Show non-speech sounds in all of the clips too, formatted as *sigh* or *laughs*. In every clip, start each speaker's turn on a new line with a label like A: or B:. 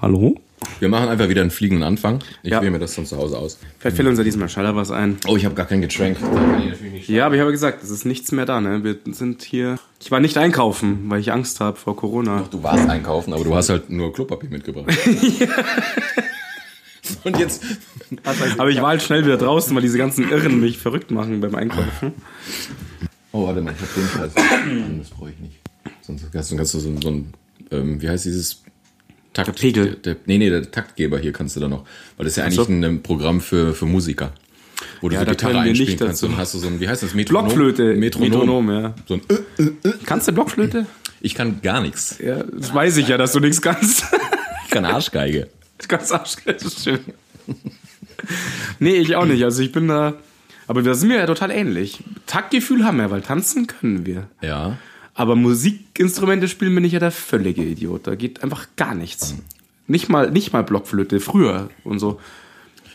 A: Hallo?
B: Wir machen einfach wieder einen fliegenden Anfang. Ich
A: Ja.
B: wähle mir das dann zu Hause aus.
A: Vielleicht fällt uns ja diesmal schneller was ein.
B: Oh, ich habe gar kein Getränk. Da kann ich natürlich nicht
A: Ja, aber ich habe gesagt, es ist nichts mehr da, ne? Wir sind hier. Ich war nicht einkaufen, weil ich Angst habe vor Corona.
B: Du warst einkaufen, aber du hast halt nur
A: *laughs*
B: Klopapier mitgebracht. Und jetzt.
A: Aber ich war halt schnell wieder draußen, weil diese ganzen Irren mich verrückt machen beim Einkaufen.
B: Oh, warte mal, ich hab den Scheiß. Das brauche ich nicht. Sonst kannst du, kannst du so, ein- so ein. Ähm, wie heißt dieses? Takt, der
A: Pegel.
B: Der, nee, nee, der Taktgeber hier kannst du da noch. Weil das ist ja eigentlich
A: so.
B: ein, ähm, Programm für, für Musiker. Wo du
A: Ja,
B: so
A: da
B: Gitarre
A: können wir nicht
B: einspielen kannst.
A: dazu.
B: Und hast du so ein. Wie heißt das? Metronom?
A: Blockflöte.
B: Metronom.
A: Metronom, ja.
B: So ein. Äh, äh.
A: Kannst du Blockflöte?
B: Ich kann gar nichts.
A: Ja, das weiß ich ja, dass du nichts kannst. *laughs*
B: Ich kann Arschgeige.
A: Ganz schön. Nee, ich auch nicht. Also ich bin da. Aber da sind wir ja total ähnlich. Taktgefühl haben wir, weil tanzen können wir.
B: Ja.
A: Aber Musikinstrumente spielen bin ich ja der völlige Idiot. Da geht einfach gar nichts. Nicht mal, nicht mal Blockflöte, früher und so.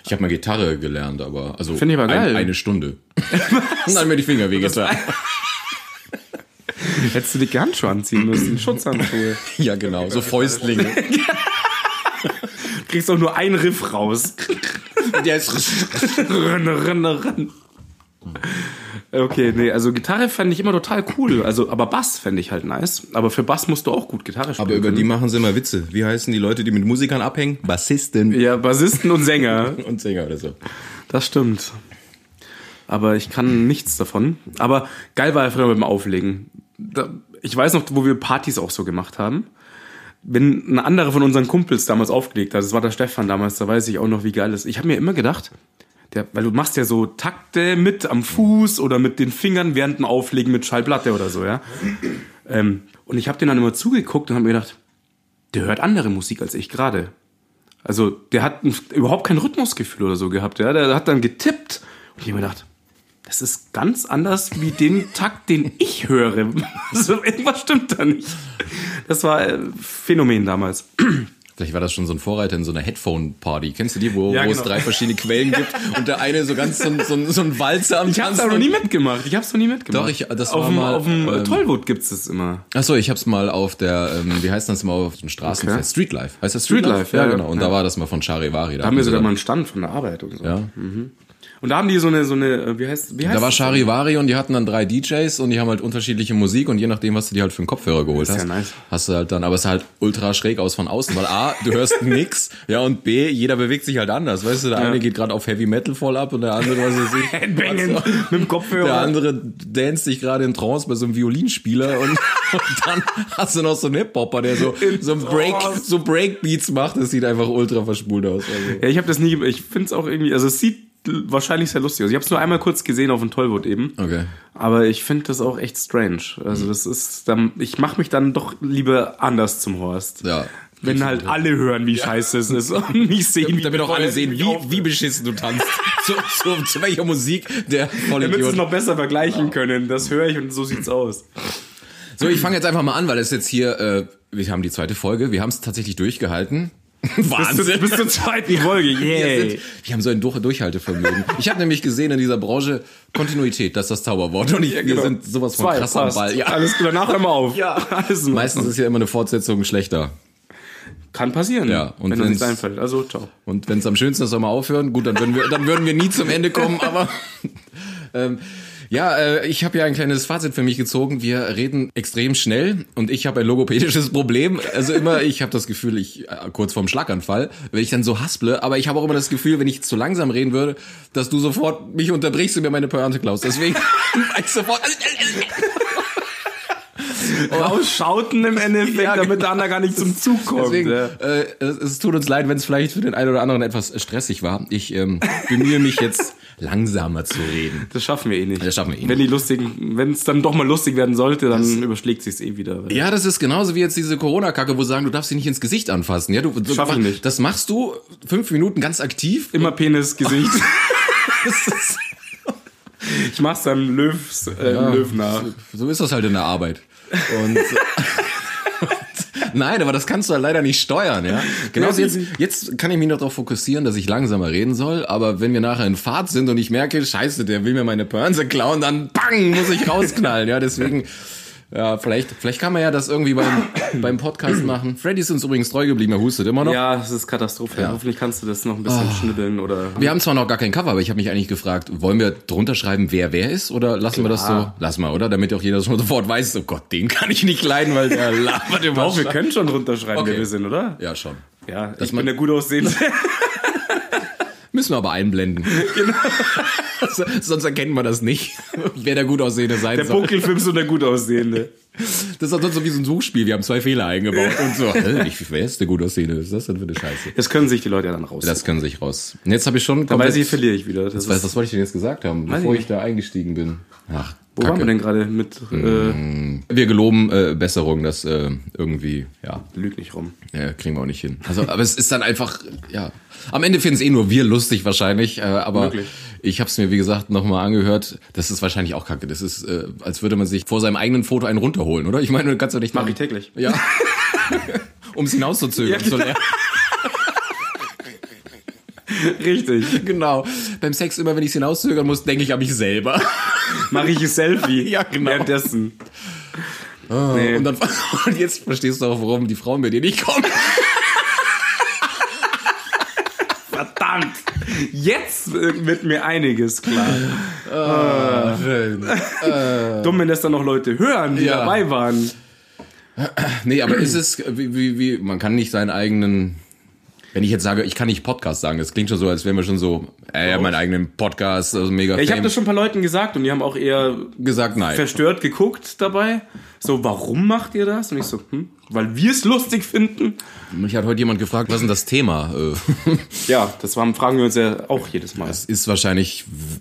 B: Ich habe mal Gitarre gelernt, aber also
A: Find ich aber geil.
B: Ein, eine *laughs* Stunde. Dann haben mir die Finger wehgetan. *laughs*
A: Hättest du dicke Handschuhe anziehen müssen, Schutzhandschuhe.
B: Ja, genau, so Fäustlinge.
A: Kriegst auch nur einen Riff raus.
B: *laughs* Der ist
A: Rin, rin, rin. Okay, nee, also Gitarre fände ich immer total cool. Also, aber Bass fände ich halt nice. Aber für Bass musst du auch gut Gitarre spielen.
B: aber über die
A: können.
B: machen sie immer Witze. Wie heißen die Leute, die mit Musikern abhängen? Bassisten
A: Ja, Bassisten und Sänger.
B: *laughs* und Sänger oder so.
A: Das stimmt. Aber ich kann nichts davon. Aber geil war ja früher mit dem Auflegen. Da, ich weiß noch, wo wir Partys auch so gemacht haben. Wenn ein anderer von unseren Kumpels damals aufgelegt hat, das war der Stefan damals, da weiß ich auch noch, wie geil das ist. Ich habe mir immer gedacht, der, weil du machst ja so Takte mit am Fuß oder mit den Fingern während dem Auflegen mit Schallplatte oder so, ja. Ähm, und ich habe den dann immer zugeguckt und habe mir gedacht, der hört andere Musik als ich gerade. Also der hat n- überhaupt kein Rhythmusgefühl oder so gehabt. Ja? Der hat dann getippt und ich hab mir gedacht, das ist ganz anders wie den Takt, den ich höre. *laughs* Also irgendwas stimmt da nicht. Das war äh, Phänomen damals.
B: Vielleicht war das schon so ein Vorreiter in so einer Headphone-Party. Kennst du die, wo,
A: Ja,
B: wo es
A: genau.
B: drei verschiedene *laughs* Quellen gibt und der eine so ganz so, ein- so, ein- so ein Walzer am
A: Ich hab's
B: Tanzen?
A: aber noch nie mitgemacht. Ich hab's noch nie mitgemacht.
B: Doch, ich- das
A: auf
B: war
A: dem,
B: mal,
A: auf dem
B: ähm,
A: ähm, Tollwood gibt's das immer.
B: Achso, ich hab's mal auf der, ähm, wie heißt das mal auf dem Straßenfest?
A: Okay.
B: Streetlife. Heißt das
A: Streetlife,
B: Ja,
A: ja,
B: genau. Und
A: ja.
B: da war das mal von Charivari.
A: Da haben wir sogar mal einen Stand von der Arbeit und so. Mhm.
B: Ja.
A: Und da haben die so eine, so eine, äh, wie heißt, wie heißt
B: Da war
A: das?
B: Charivari und die hatten dann drei DJs und die haben halt unterschiedliche Musik und je nachdem, was du dir halt für einen Kopfhörer geholt
A: Ist
B: hast,
A: ja nice.
B: hast du halt dann, aber es sah halt ultra schräg aus von außen, weil A, du
A: *laughs*
B: hörst nix, ja und B, jeder bewegt sich halt anders, weißt du, der eine geht gerade auf Heavy Metal voll ab und der andere, was weiß
A: *laughs*
B: ich,
A: Headbanging
B: *laughs* was-
A: mit dem Kopfhörer.
B: Also, Der andere danst sich gerade in Trance bei so einem Violinspieler und, *laughs* und dann hast du noch so einen Hip-Hopper, der so, so ein Break, so Breakbeats macht, das sieht einfach ultra verspult aus. Also.
A: Ja, ich habe das nie, ich find's auch irgendwie, also es sieht l- wahrscheinlich sehr lustig aus. Ich hab's nur einmal kurz gesehen auf dem Tollwood eben.
B: Okay. Mhm.
A: Aber ich finde das auch echt strange. Also das ist, dann, ich mache mich dann doch lieber anders zum Horst.
B: Ja.
A: Wenn halt alle hören, wie scheiße es ist und mich sehen, wie
B: *laughs* damit auch alle
A: bescheuert
B: sehen,
A: ich
B: wie,
A: auf-
B: wie beschissen du
A: *laughs*
B: tanzt. zu, zu, zu welcher Musik der
A: damit sie es
B: Vollidiot.
A: noch besser vergleichen können. Das höre ich und so sieht's aus.
B: So, ich fange jetzt einfach mal an, weil es jetzt hier, äh, wir haben die zweite Folge, wir haben es tatsächlich durchgehalten. *laughs*
A: Bis,
B: Wahnsinn.
A: zur- bis zur zweiten
B: *laughs*
A: Folge.
B: Wir,
A: Yay.
B: sind, wir haben so ein Durch Durchhaltevermögen. Ich habe nämlich gesehen in dieser Branche Kontinuität, das ist das Zauberwort. Und ich, wir
A: genau.
B: sind sowas von
A: Zwei,
B: krass am
A: passt.
B: Ball. Ja.
A: Alles klar, nachher mal auf. Ja. *laughs* Alles in
B: Meistens ist ja immer eine Fortsetzung schlechter.
A: Kann passieren,
B: Ja, und
A: wenn uns
B: wenn's-
A: nichts einfällt. Also, ciao.
B: Und wenn es am schönsten ist, soll man aufhören. Gut, dann würden wir, dann würden wir nie zum Ende kommen, aber *laughs* ähm, ja, äh, ich habe ja ein kleines Fazit für mich gezogen. Wir reden extrem schnell und ich habe ein logopädisches Problem. Also immer, ich habe das Gefühl, ich äh, kurz vorm Schlaganfall, wenn ich dann so hasple, aber ich habe auch immer das Gefühl, wenn ich zu langsam reden würde, dass du sofort mich unterbrichst und mir meine Pointe klaust. Deswegen *laughs* mach ich sofort äh,
A: Rausschauten im Endeffekt,
B: *laughs* Ja,
A: damit
B: genau.
A: der andere gar nicht zum Zug kommt.
B: Deswegen,
A: ja.
B: äh, es, es tut uns leid, wenn es vielleicht für den einen oder anderen etwas stressig war. Ich ähm, bemühe mich jetzt langsamer zu reden.
A: Das schaffen wir eh nicht.
B: Das schaffen wir eh
A: Wenn die lustigen, wenn es dann doch mal lustig werden sollte, dann überschlägt sich's eh wieder.
B: Ja, das ist genauso wie jetzt diese Corona-Kacke, wo sie sagen, du darfst sie nicht ins Gesicht anfassen. Ja, du, du
A: Schaff ich
B: mach-
A: nicht.
B: Das machst du fünf Minuten ganz aktiv.
A: Immer Penis,
B: *laughs*
A: Gesicht.
B: Das ist-
A: Ich mach's dann Löws, äh, Löw nach.
B: so ist das halt in der Arbeit. Und, äh, Nein, aber das kannst du halt leider nicht steuern,
A: *laughs*
B: ja. Genauso
A: Ja,
B: jetzt, jetzt kann ich mich noch darauf fokussieren, dass ich langsamer reden soll, aber wenn wir nachher in Fahrt sind und ich merke, scheiße, der will mir meine Pörnse klauen, dann bang, muss ich rausknallen, ja. Deswegen Ja, vielleicht, vielleicht kann man ja das irgendwie beim, beim Podcast machen. Freddy ist uns übrigens treu geblieben, er hustet immer noch.
A: *laughs* Ja, das ist Katastrophe.
B: Ja. Ah.
A: Hoffentlich kannst du das noch ein bisschen schnibbeln oder.
B: Wir haben zwar noch gar kein Cover, aber ich habe mich eigentlich gefragt, wollen wir drunter schreiben, wer wer ist? Oder lassen wir das so?
A: Klar.
B: Lass mal, oder? Damit auch jeder *laughs* schon sofort weiß, oh Gott, den kann ich nicht leiden,
A: *laughs*
B: weil der labert immer.
A: Doch, wir können schon runterschreiben,
B: Okay.
A: wer wir sind, oder?
B: Ja, schon.
A: Ja, ich
B: man-
A: bin der gut aussehende.
B: *laughs* Müssen wir aber
A: *laughs*
B: einblenden. *laughs* Genau. Sonst erkennen wir das nicht, *laughs* wer der gut aussehende sein
A: Der
B: soll.
A: Buckelfilms und der gut aussehende.
B: Das ist sonst so wie so ein Suchspiel. Wir haben zwei Fehler eingebaut und
A: *laughs*
B: so. Hä, Ich, wer ist der gut aussehende? Was ist das denn für eine Scheiße?
A: Das können sich die Leute ja dann raus.
B: Das können sich raus. Und Jetzt habe ich schon.
A: Weil
B: komplett-
A: sie verliere ich wieder. Das
B: Was,
A: ist,
B: was wollte ich denn jetzt gesagt haben,
A: ich
B: bevor ich
A: nicht.
B: da eingestiegen bin? Ach,
A: wo waren wir denn gerade mit
B: Mhm.
A: äh,
B: Wir geloben äh, Besserung, das äh, irgendwie, ja,
A: Lüg nicht rum?
B: ja, kriegen wir auch nicht hin. Also, aber es ist dann einfach, ja. Am Ende finden es eh nur wir lustig wahrscheinlich, äh, aber
A: Möglich.
B: ich habe es mir, wie gesagt, nochmal angehört. Das ist wahrscheinlich auch kacke. Das ist, äh, als würde man sich vor seinem eigenen Foto einen runterholen, oder? Ich meine, du kannst doch nicht
A: Mach
B: machen.
A: ich täglich.
B: Ja.
A: *laughs*
B: um es hinauszuzögern.
A: Ja, genau.
B: so leer.
A: *laughs* Richtig.
B: *laughs* genau. Beim Sex immer, wenn ich es hinauszögern muss, denke ich an mich selber.
A: Mache ich ein Selfie.
B: *laughs* Ja, genau.
A: Währenddessen.
B: Ah. Und, dann, *laughs* und jetzt verstehst du auch, warum die Frauen bei dir nicht kommen.
A: Verdammt. Jetzt wird mir einiges klar. äh, Dumm, wenn das dann noch Leute hören, die
B: Ja.
A: dabei waren.
B: Nee, aber ist es, wie, wie, wie, man kann nicht seinen eigenen, wenn ich jetzt sage, ich kann nicht Podcast sagen, das klingt schon so, als wären wir schon so, ey, ja, meinen eigenen Podcast, also mega
A: Ich habe
B: fame.
A: das schon ein paar Leuten gesagt und die haben auch eher
B: gesagt, nein.
A: verstört geguckt dabei. So, warum macht ihr das? Und ich so, hm, weil wir es lustig finden.
B: Mich hat heute jemand gefragt, was ist denn das Thema? Äh, *laughs*
A: Ja, das waren, fragen wir uns ja auch jedes Mal.
B: Es ist wahrscheinlich w-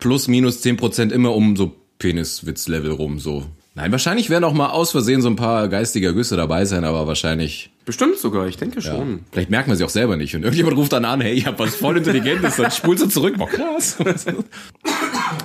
B: plus minus 10% immer um so Peniswitz-Level rum, so. Nein, wahrscheinlich werden auch mal aus Versehen so ein paar geistige Güsse dabei sein, aber wahrscheinlich
A: Bestimmt sogar, ich denke schon.
B: Vielleicht merken wir sie auch selber nicht. Und irgendjemand ruft dann an, hey, ich hab was voll Intelligentes, dann spulst du zurück. Boah, krass.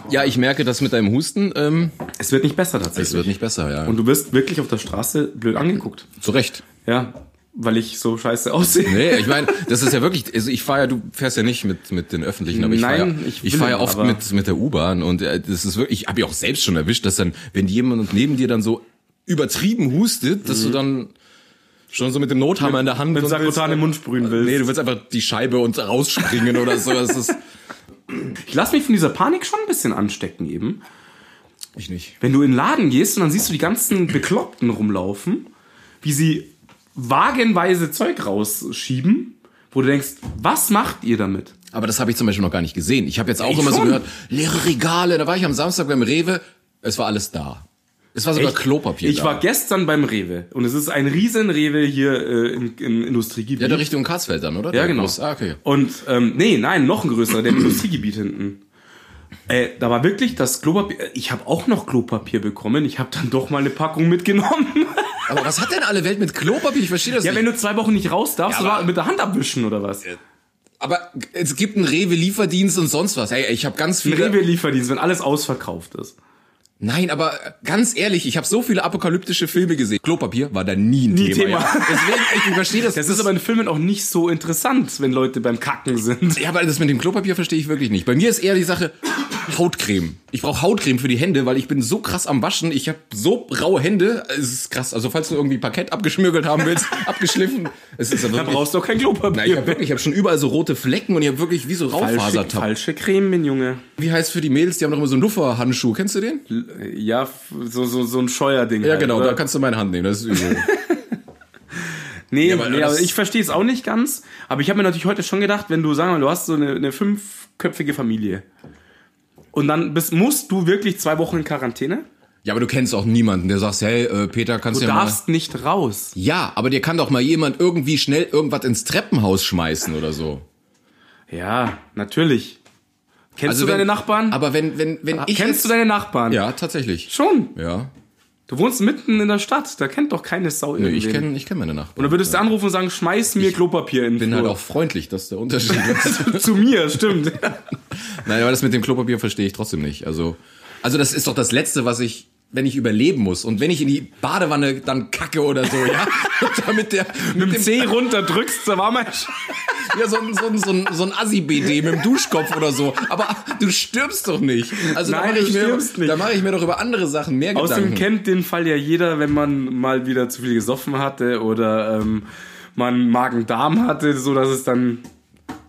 B: Ja, ich merke das mit deinem Husten. Ähm,
A: Es wird nicht besser
B: es
A: tatsächlich.
B: wird nicht besser, ja.
A: Und du wirst wirklich auf der Straße blöd angeguckt.
B: zu Recht.
A: Ja, weil ich so scheiße aussehe.
B: Nee, ich meine, das ist ja wirklich, also ich fahre ja, du fährst ja nicht mit, mit den Öffentlichen, aber ich fahre ja,
A: Nein, ich
B: ich
A: will,
B: fahr ja oft
A: aber-
B: mit, mit der U-Bahn und äh, das ist wirklich, ich habe ja auch selbst schon erwischt, dass dann, wenn jemand neben dir dann so übertrieben hustet,
A: Mhm.
B: dass du dann schon so mit dem Nothammer in der Hand
A: Wenn
B: und willst- äh,
A: Sakrotan im Mund sprühen willst.
B: Nee, du willst einfach die Scheibe und rausspringen oder so. Das
A: *laughs*
B: ist,
A: Ich lass mich von dieser Panik schon ein bisschen anstecken eben.
B: ich nicht.
A: Wenn du in den Laden gehst und dann siehst du die
B: *clears throat*
A: ganzen Bekloppten rumlaufen, wie sie wagenweise Zeug rausschieben, wo du denkst, was macht ihr damit?
B: Aber das habe ich zum Beispiel noch gar nicht gesehen. Ich habe jetzt auch
A: Ich
B: immer so
A: schon.
B: gehört, leere Regale. Da war ich am Samstag beim Rewe, es war alles da. Es war sogar Klopapier
A: Ich
B: da.
A: war gestern beim Rewe und es ist ein riesen Rewe hier äh, im, im Industriegebiet.
B: ja, der Richtung Karlsfeld dann, oder?
A: Ja, genau.
B: Ah, okay.
A: Und ähm, nee, nein, noch ein größerer, der im Industriegebiet hinten. Äh, da war wirklich das Klopapier. Ich habe auch noch Klopapier bekommen. Ich habe dann doch mal eine Packung mitgenommen. *laughs*
B: Aber was hat denn alle Welt mit Klopapier? Ich verstehe das
A: Ja,
B: nicht.
A: wenn du zwei Wochen nicht raus darfst,
B: Ja, aber-
A: war mit der Hand abwischen oder was?
B: Aber es gibt einen Rewe-Lieferdienst und sonst was. Hey, ich habe ganz
A: Ein
B: viele...
A: Rewe-Lieferdienst, wenn alles ausverkauft ist.
B: Nein, aber ganz ehrlich, ich habe so viele apokalyptische Filme gesehen. Klopapier war da nie ein
A: Nie
B: Thema.
A: Thema.
B: Ja. Deswegen, ich verstehe das.
A: Das ist aber in Filmen auch nicht so interessant, wenn Leute beim Kacken
B: *laughs*
A: sind.
B: Ja, aber das mit dem Klopapier verstehe ich wirklich nicht. Bei mir ist eher die Sache Hautcreme. Ich brauche Hautcreme für die Hände, weil ich bin so krass am Waschen. Ich habe so raue Hände. Es ist krass. Also falls du irgendwie Parkett abgeschmürgelt
A: *laughs*
B: haben willst, abgeschliffen. Es ist ja
A: Da
B: wirklich,
A: brauchst du auch kein
B: Nein, ich habe
A: Klopapier.
B: wirklich, ich habe schon überall so rote Flecken und ich habe wirklich wie so
A: Falsche,
B: Raufasertab.
A: falsche Creme, mein Junge.
B: Wie heißt für die Mädels, die haben doch immer so einen Lufferhandschuh. Kennst du den?
A: Ja, f- so, so, so ein Scheuerding.
B: Ja,
A: halt,
B: genau.
A: oder?
B: Da kannst du meine Hand nehmen. Das
A: *laughs*
B: ist übel.
A: Nee,
B: aber
A: nee
B: das-
A: aber ich verstehe es auch nicht ganz. Aber ich habe mir natürlich heute schon gedacht, wenn du, sagen wir mal, du hast so eine, eine fünfköpfige Familie. Und dann bist, musst du wirklich zwei Wochen in Quarantäne.
B: ja, aber du kennst auch niemanden, der sagt, hey, äh, Peter, kannst
A: Du
B: ja mal...
A: darfst nicht raus.
B: Ja, aber dir kann doch mal jemand irgendwie schnell irgendwas ins Treppenhaus schmeißen oder so.
A: Ja, natürlich. Kennst du
B: Also wenn-
A: deine Nachbarn? Ah,
B: Aber wenn, wenn, wenn ich.
A: Kennst
B: jetzt-
A: du deine Nachbarn?
B: Ja, tatsächlich.
A: Schon.
B: Ja.
A: Du wohnst mitten in der Stadt. Da kennt doch keine Sau
B: Nö,
A: irgendwen.
B: ich kenne ich kenn meine Nachbarn.
A: Und dann würdest du anrufen und sagen, schmeiß mir Klopapier in den
B: bin halt
A: Flur.
B: auch freundlich, das ist der Unterschied.
A: *laughs* Zu mir,
B: *laughs*
A: stimmt.
B: Nein, aber das mit dem Klopapier verstehe ich trotzdem nicht. Also, also das ist doch das Letzte, was ich wenn ich überleben muss und wenn ich in die Badewanne dann kacke oder so, ja, *laughs* damit der
A: mit dem C runter drückst, da war mein
B: *laughs*
A: Sch
B: ja, so, ein- so, ein- so, ein- so ein Assi-BD mit dem Duschkopf oder so. Aber du stirbst doch nicht. Also da
A: Nein,
B: mache ich,
A: du
B: mir-
A: stirbst nicht.
B: da mach ich mir doch über andere Sachen mehr
A: Außerdem
B: Gedanken.
A: kennt den Fall ja jeder, wenn man mal wieder zu viel gesoffen hatte oder ähm, man Magen-Darm hatte, so dass es dann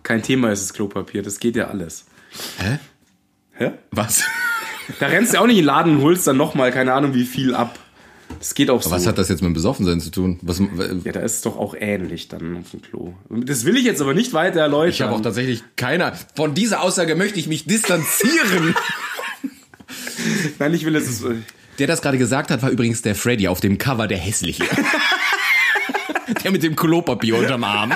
A: kein Thema ist, das Klopapier. Das geht ja alles.
B: Hä?
A: Hä?
B: Was?
A: Da rennst du auch nicht in den Laden und holst dann nochmal, keine Ahnung, wie viel ab. Das geht auch so.
B: Was hat das jetzt mit dem Besoffensein zu tun? Was,
A: ja, da ist es doch auch ähnlich dann auf dem Klo. Das will ich jetzt aber nicht weiter erläutern.
B: ich habe auch tatsächlich keiner. Von dieser Aussage möchte ich mich distanzieren.
A: Nein, ich will es.
B: *laughs* Der das gerade gesagt hat, war übrigens der Freddy auf dem Cover, der *laughs* hässliche. der mit dem Klopapier unterm Arm.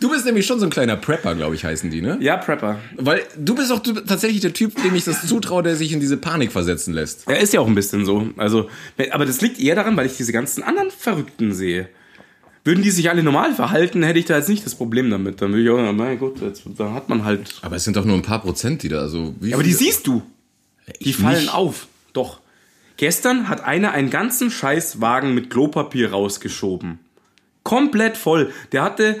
B: Du bist nämlich schon so ein kleiner Prepper, glaube ich, heißen die, ne?
A: Ja, Prepper.
B: Weil du bist doch tatsächlich der Typ, dem ich das zutraue, der sich in diese Panik versetzen lässt.
A: Er ist ja auch ein bisschen so. Also, aber das liegt eher daran, weil ich diese ganzen anderen Verrückten sehe. Würden die sich alle normal verhalten, hätte ich da jetzt nicht das Problem damit. Dann würde ich auch sagen, na gut, jetzt, da hat man halt.
B: Aber es sind doch nur ein paar Prozent, die da also. Wie
A: Aber die
B: viele-
A: siehst du. Die
B: Ich
A: fallen
B: nicht.
A: auf. Doch. Gestern hat einer einen ganzen Scheißwagen mit Klopapier rausgeschoben. Komplett voll. Der hatte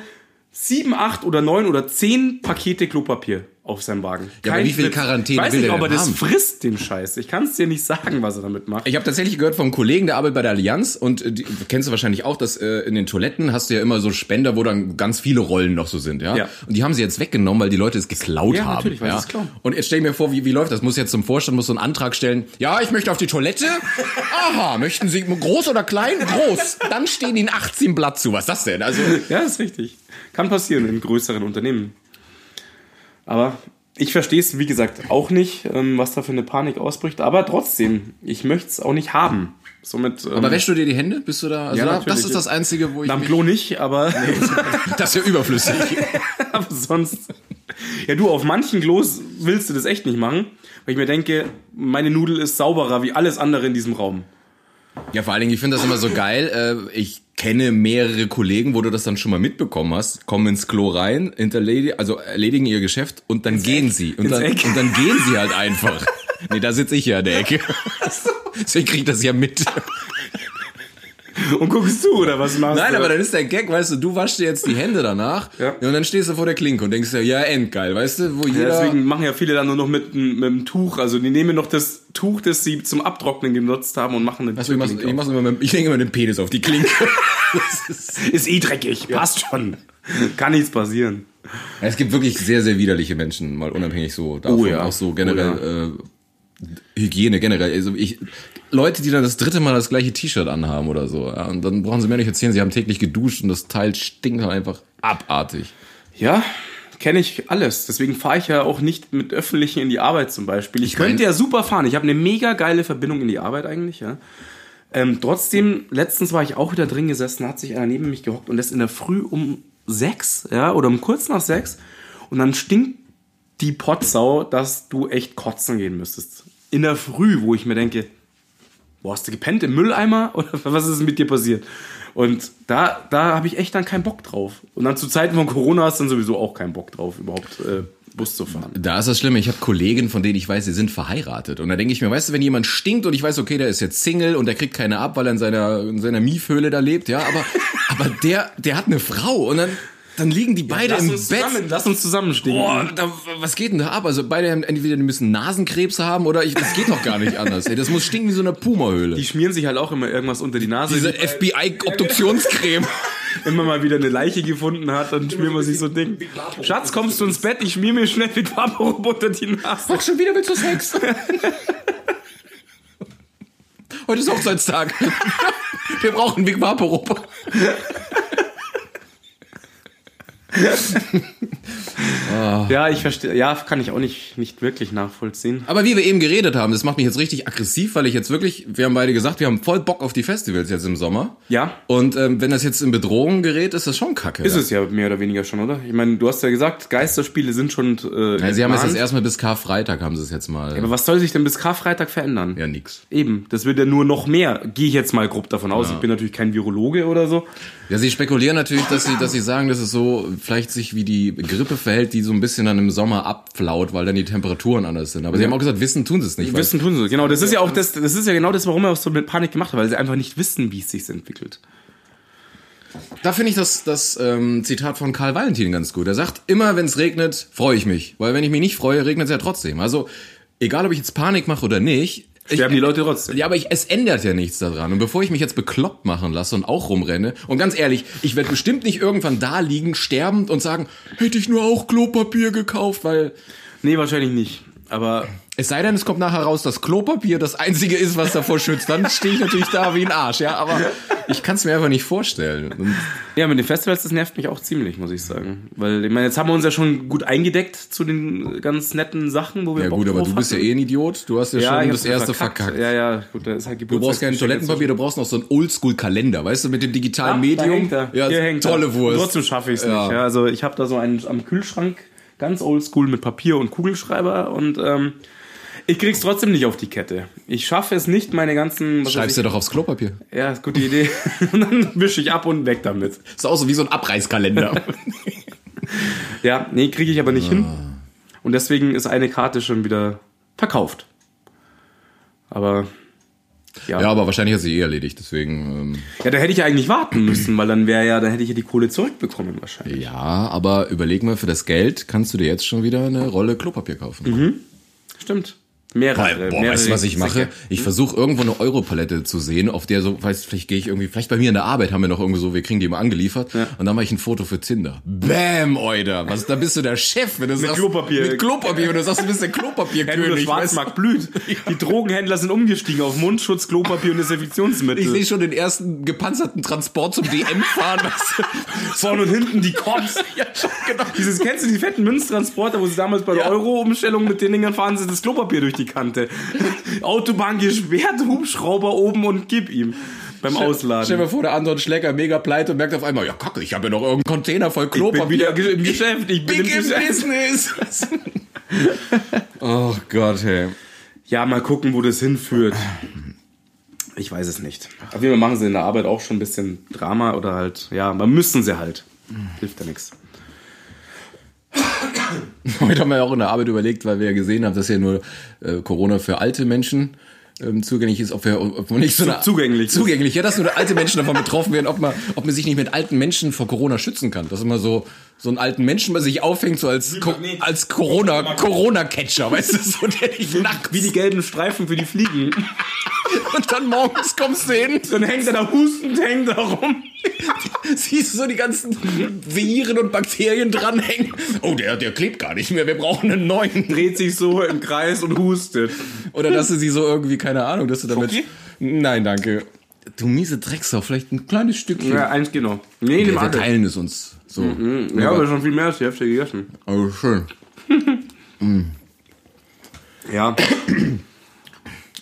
A: sieben, acht oder neun oder zehn Pakete Klopapier auf seinem Wagen.
B: Ja, aber wie viel
A: Witz.
B: Quarantäne
A: Ich weiß
B: will
A: nicht,
B: der
A: ob er
B: denn
A: das
B: haben?
A: frisst, den Scheiß. Ich kann es dir nicht sagen, was er damit macht.
B: Ich habe tatsächlich gehört vom Kollegen, der arbeitet bei der Allianz und äh, die, kennst du wahrscheinlich auch, dass äh, in den Toiletten hast du ja immer so Spender, wo dann ganz viele Rollen noch so sind, ja?
A: Ja.
B: Und die haben sie jetzt weggenommen, weil die Leute es geklaut
A: Ja,
B: haben.
A: natürlich, weil sie
B: ja?
A: es klauen.
B: Und jetzt stell mir vor, wie, wie läuft das? Muss jetzt zum Vorstand muss so einen Antrag stellen. Ja, ich möchte auf die Toilette. Aha, möchten Sie groß oder klein? Groß. Dann stehen Ihnen 18 Blatt zu. Was ist das denn?
A: *laughs*
B: Also
A: Ja, ist richtig. Kann passieren in größeren Unternehmen. Aber ich verstehe es, wie gesagt, auch nicht, ähm, was da für eine Panik ausbricht. Aber trotzdem, ich möchte es auch nicht haben. Somit, ähm,
B: aber wäschst du dir die Hände? Bist du da? Also
A: Ja,
B: da,
A: natürlich.
B: das ist das Einzige, wo ich.
A: am
B: mich-
A: Klo nicht, aber,
B: *laughs* Das ist ja überflüssig.
A: *laughs* aber sonst. Ja, du, auf manchen Klos willst du das echt nicht machen, weil ich mir denke, meine Nudel ist sauberer wie alles andere in diesem Raum.
B: Ja, vor allen Dingen, ich finde das immer so geil. Äh, ich kenne mehrere Kollegen, wo du das dann schon mal mitbekommen hast, kommen ins Klo rein, hinterledigen, also erledigen ihr Geschäft und dann gehen sie. Und
A: Ins
B: dann,
A: Eck.
B: und dann gehen sie halt *laughs* einfach. Nee, da sitze ich ja in der Ecke. Deswegen krieg ich das ja mit.
A: Und guckst du, oder was machst
B: Nein,
A: du?
B: aber dann ist der Gag, weißt du, du waschst dir jetzt die Hände danach
A: Ja.
B: und dann stehst du vor der Klinke und denkst dir, ja, endgeil, weißt du, wo
A: Ja,
B: jeder...
A: deswegen machen ja viele dann nur noch mit, n- mit einem Tuch. Also die nehmen noch das Tuch, das sie zum Abtrocknen genutzt haben und machen eine
B: Weißt du, ich, mach's, ich, mach's immer mit, ich denke immer den Penis auf die Klinke. *laughs* Das ist-
A: Ist eh dreckig, passt schon. Kann nichts passieren.
B: Ja, Es gibt wirklich sehr, sehr widerliche Menschen, mal unabhängig so davon,
A: Oh ja.
B: auch so generell äh, Hygiene generell. Also ich, Leute, die dann das dritte Mal das gleiche T-Shirt anhaben oder so, ja, und dann brauchen sie mir nicht erzählen, sie haben täglich geduscht und das Teil stinkt halt einfach abartig.
A: Ja, kenne ich alles. Deswegen fahre ich ja auch nicht mit Öffentlichen in die Arbeit zum Beispiel. Ich,
B: mein-
A: könnte ja super fahren. Ich habe eine mega geile Verbindung in die Arbeit eigentlich, ja. Ähm, trotzdem, letztens war ich auch wieder drin gesessen, hat sich einer neben mich gehockt und das in der Früh um sechs, ja, oder um kurz nach sechs. Und dann stinkt die Potsau, dass du echt kotzen gehen müsstest. In der Früh, wo ich mir denke, wo hast du gepennt? Im Mülleimer? *laughs* Oder was ist mit dir passiert? Und da, da habe ich echt dann keinen Bock drauf. Und dann zu Zeiten von Corona hast du dann sowieso auch keinen Bock drauf, überhaupt äh, Bus zu fahren.
B: Da ist das Schlimme, ich habe Kollegen, von denen ich weiß, sie sind verheiratet. Und da denke ich mir, weißt du, wenn jemand stinkt und ich weiß, okay, der ist jetzt Single und der kriegt keine ab, weil er in seiner, in seiner Miefhöhle da lebt, ja, aber, *laughs* aber der, der hat eine Frau und dann, dann liegen die beide im Bett.
A: lass uns zusammen stinken.
B: Boah, da, was geht denn da ab? Also beide haben entweder die müssen Nasenkrebs haben oder ich, das geht doch gar nicht anders. Ey, das muss stinken wie so eine Puma-Höhle.
A: Die schmieren sich halt auch immer irgendwas unter die Nase. *laughs*
B: Diese FBI-Obduktionscreme.
A: wenn man mal wieder eine Leiche gefunden hat, dann schmiert man sich so ein Ding. Schatz, kommst du ins Bett? Ich schmier mir schnell mit Vaporub unter die Nase.
B: schon wieder willst du Sex? *laughs* Heute ist Hochzeitstag. *laughs* Wir brauchen Big Vaporub. Ah.
A: Ja, ich verstehe. Ja, kann ich auch nicht, nicht wirklich nachvollziehen.
B: Aber wie wir eben geredet haben, das macht mich jetzt richtig aggressiv, weil ich jetzt wirklich, wir haben beide gesagt, wir haben voll Bock auf die Festivals jetzt im Sommer.
A: Ja.
B: Und ähm, wenn das jetzt in Bedrohung gerät, ist das schon kacke.
A: Ist es ja mehr oder weniger schon, oder? Ich meine, du hast ja gesagt, Geisterspiele sind schon. Äh,
B: ja, sie haben es jetzt
A: geplant.
B: erstmal bis Karfreitag haben sie es jetzt mal.
A: Aber was soll sich denn bis Karfreitag verändern?
B: Ja, nix.
A: Eben, das wird ja nur noch mehr. Gehe ich jetzt mal
B: Genau.
A: grob davon aus. Ich bin natürlich kein Virologe oder so.
B: Ja, sie spekulieren natürlich, dass sie, dass sie sagen, das ist so vielleicht sich wie die Grippe verhält, die so ein bisschen dann im Sommer abflaut, weil dann die Temperaturen anders sind. Aber sie haben auch gesagt, wissen tun sie es nicht. weil-
A: Wissen tun sie. Genau, das ist ja auch das, das ist ja genau das, warum er auch so mit Panik gemacht hat, weil sie einfach nicht wissen, wie es sich entwickelt.
B: Da finde ich das, das ähm, Zitat von Karl Valentin ganz gut. Er sagt, immer wenn es regnet, freue ich mich. Weil wenn ich mich nicht freue, regnet es ja trotzdem. Also, egal ob ich jetzt Panik mache oder nicht, ich,
A: Sterben die Leute trotzdem.
B: ja, aber ich, es ändert ja nichts daran. Und bevor ich mich jetzt bekloppt machen lasse und auch rumrenne, und ganz ehrlich, ich werde bestimmt nicht irgendwann da liegen, sterbend und sagen, hätte ich nur auch Klopapier gekauft, weil
A: Nee, wahrscheinlich nicht. Aber
B: es sei denn, es kommt nachher raus, dass Klopapier das einzige ist, was davor schützt. Dann stehe ich natürlich da wie ein Arsch, ja, aber ich kann es mir einfach nicht vorstellen. Und
A: ja, mit den Festivals, das nervt mich auch ziemlich, muss ich sagen. Weil, ich meine, jetzt haben wir uns ja schon gut eingedeckt zu den ganz netten Sachen, wo wir
B: Ja
A: Bock
B: gut, aber
A: drauf
B: du bist ja
A: hatten.
B: eh ein Idiot. Du hast ja,
A: ja, ich
B: schon
A: hab's
B: das erste
A: verkackt.
B: verkackt.
A: Ja, ja, gut, da ist halt
B: Du brauchst kein Toilettenpapier, du brauchst noch so ein Oldschool-Kalender, weißt du, mit dem digitalen
A: Da
B: Medium.
A: hängt er.
B: Ja,
A: Hier hängt
B: tolle
A: er.
B: Wurst.
A: Und Trotzdem schaffe ich es
B: Ja.
A: nicht. Ja, also ich habe da so einen am Kühlschrank, ganz oldschool mit Papier und Kugelschreiber und ähm, ich krieg's trotzdem nicht auf die Kette. Ich schaffe es nicht, meine ganzen. was
B: Schreibst du
A: weiß
B: doch aufs Klopapier.
A: ich, Ja, ist gute Idee. *laughs* und dann wische ich ab und weg damit.
B: Ist auch so wie so ein Abreißkalender.
A: Ja, nee, kriege ich aber nicht hin.
B: Ah.
A: Und deswegen ist eine Karte schon wieder verkauft. Aber. *laughs* Ja.
B: ja,
A: ja.
B: aber wahrscheinlich hat sie eh erledigt, deswegen. Ähm,
A: da hätte ich ja eigentlich warten müssen, weil dann wäre ja, dann hätte ich ja die Kohle zurückbekommen wahrscheinlich.
B: ja, aber überleg mal, für das Geld kannst du dir jetzt schon wieder eine Rolle Klopapier kaufen.
A: Stimmt. Mehrere.
B: Boah, boah,
A: Äh, mehrere
B: weißt du, was ich mache?
A: Säcke.
B: Ich versuche irgendwo eine Europalette zu sehen, auf der so, weißt, vielleicht gehe ich irgendwie, vielleicht bei mir in der Arbeit haben wir noch irgendwo so, wir kriegen die immer angeliefert und dann mache ich ein Foto für Tinder. Bam, Oida, was, da bist du der Chef, wenn du sagst,
A: Klopapier.
B: mit Klopapier, wenn du sagst, du bist
A: *laughs*
B: der
A: Ja, nur der
B: Klopapierkönig. weißt du?
A: Schwarzmarkt *laughs* blüht. Die Drogenhändler sind umgestiegen auf Mundschutz, Klopapier und
B: ich
A: Desinfektionsmittel.
B: sehe schon den ersten gepanzerten Transport zum DM fahren, weißt du?
A: *laughs* Vorne und hinten die Cops.
B: *laughs* Ja, schon, genau.
A: Dieses, kennst du die fetten Münztransporter, wo sie damals bei der
B: Ja.
A: Euro-Umstellung mit den Dingern fahren, sie das Klopapier durch die *laughs* Kante. Autobahn gesperrt, Hubschrauber oben und gib ihm. Beim
B: Stell dir
A: Ausladen.
B: mal vor, der Anton Schläger mega pleite und merkt auf einmal, ja kacke, ich habe ja noch irgendeinen Container voll Klopapier.
A: bin wieder ge- im Geschäft, ich bin
B: Big
A: im
B: im
A: Geschäft.
B: Business. *laughs* oh Gott, hey.
A: Ja, mal gucken, wo das hinführt. Ich weiß es nicht. Auf jeden Fall machen sie in der Arbeit auch schon ein bisschen Drama oder halt, ja, man müssen sie halt. Hilft ja nichts.
B: Heute haben wir auch in der Arbeit überlegt, weil wir ja gesehen haben, dass ja nur äh, Corona für alte Menschen ähm, zugänglich ist, ob wir, ob wir nicht so eine,
A: zugänglich ist.
B: zugänglich, ja, dass nur alte Menschen davon betroffen werden, ob man, ob man sich nicht mit alten Menschen vor Corona schützen kann, dass man so so einen alten Menschen bei sich auffängt, so als Co
A: Magnet.
B: als Corona Corona Catcher, weißt du, so der dich nackt
A: Wie die gelben Streifen für die Fliegen.
B: *laughs* und dann morgens kommst du hin,
A: Dann hängt er da hustend, hängt da rum.
B: *laughs* siehst du so die ganzen Viren und Bakterien dranhängen. Oh, der der klebt gar nicht mehr, wir brauchen einen
A: *laughs*
B: neuen.
A: Dreht sich so im Kreis und hustet.
B: Oder dass du sie so irgendwie, keine Ahnung, dass du damit.
A: Schoki?
B: Nein, danke. Du miese Drecksau, vielleicht ein kleines Stückchen.
A: Ja, eins genau. Nee,
B: wir
A: dem anderen.
B: verteilen es uns. So.
A: Ja, aber schon viel mehr als die Hälfte gegessen.
B: Mhm, aber schön.
A: Ja,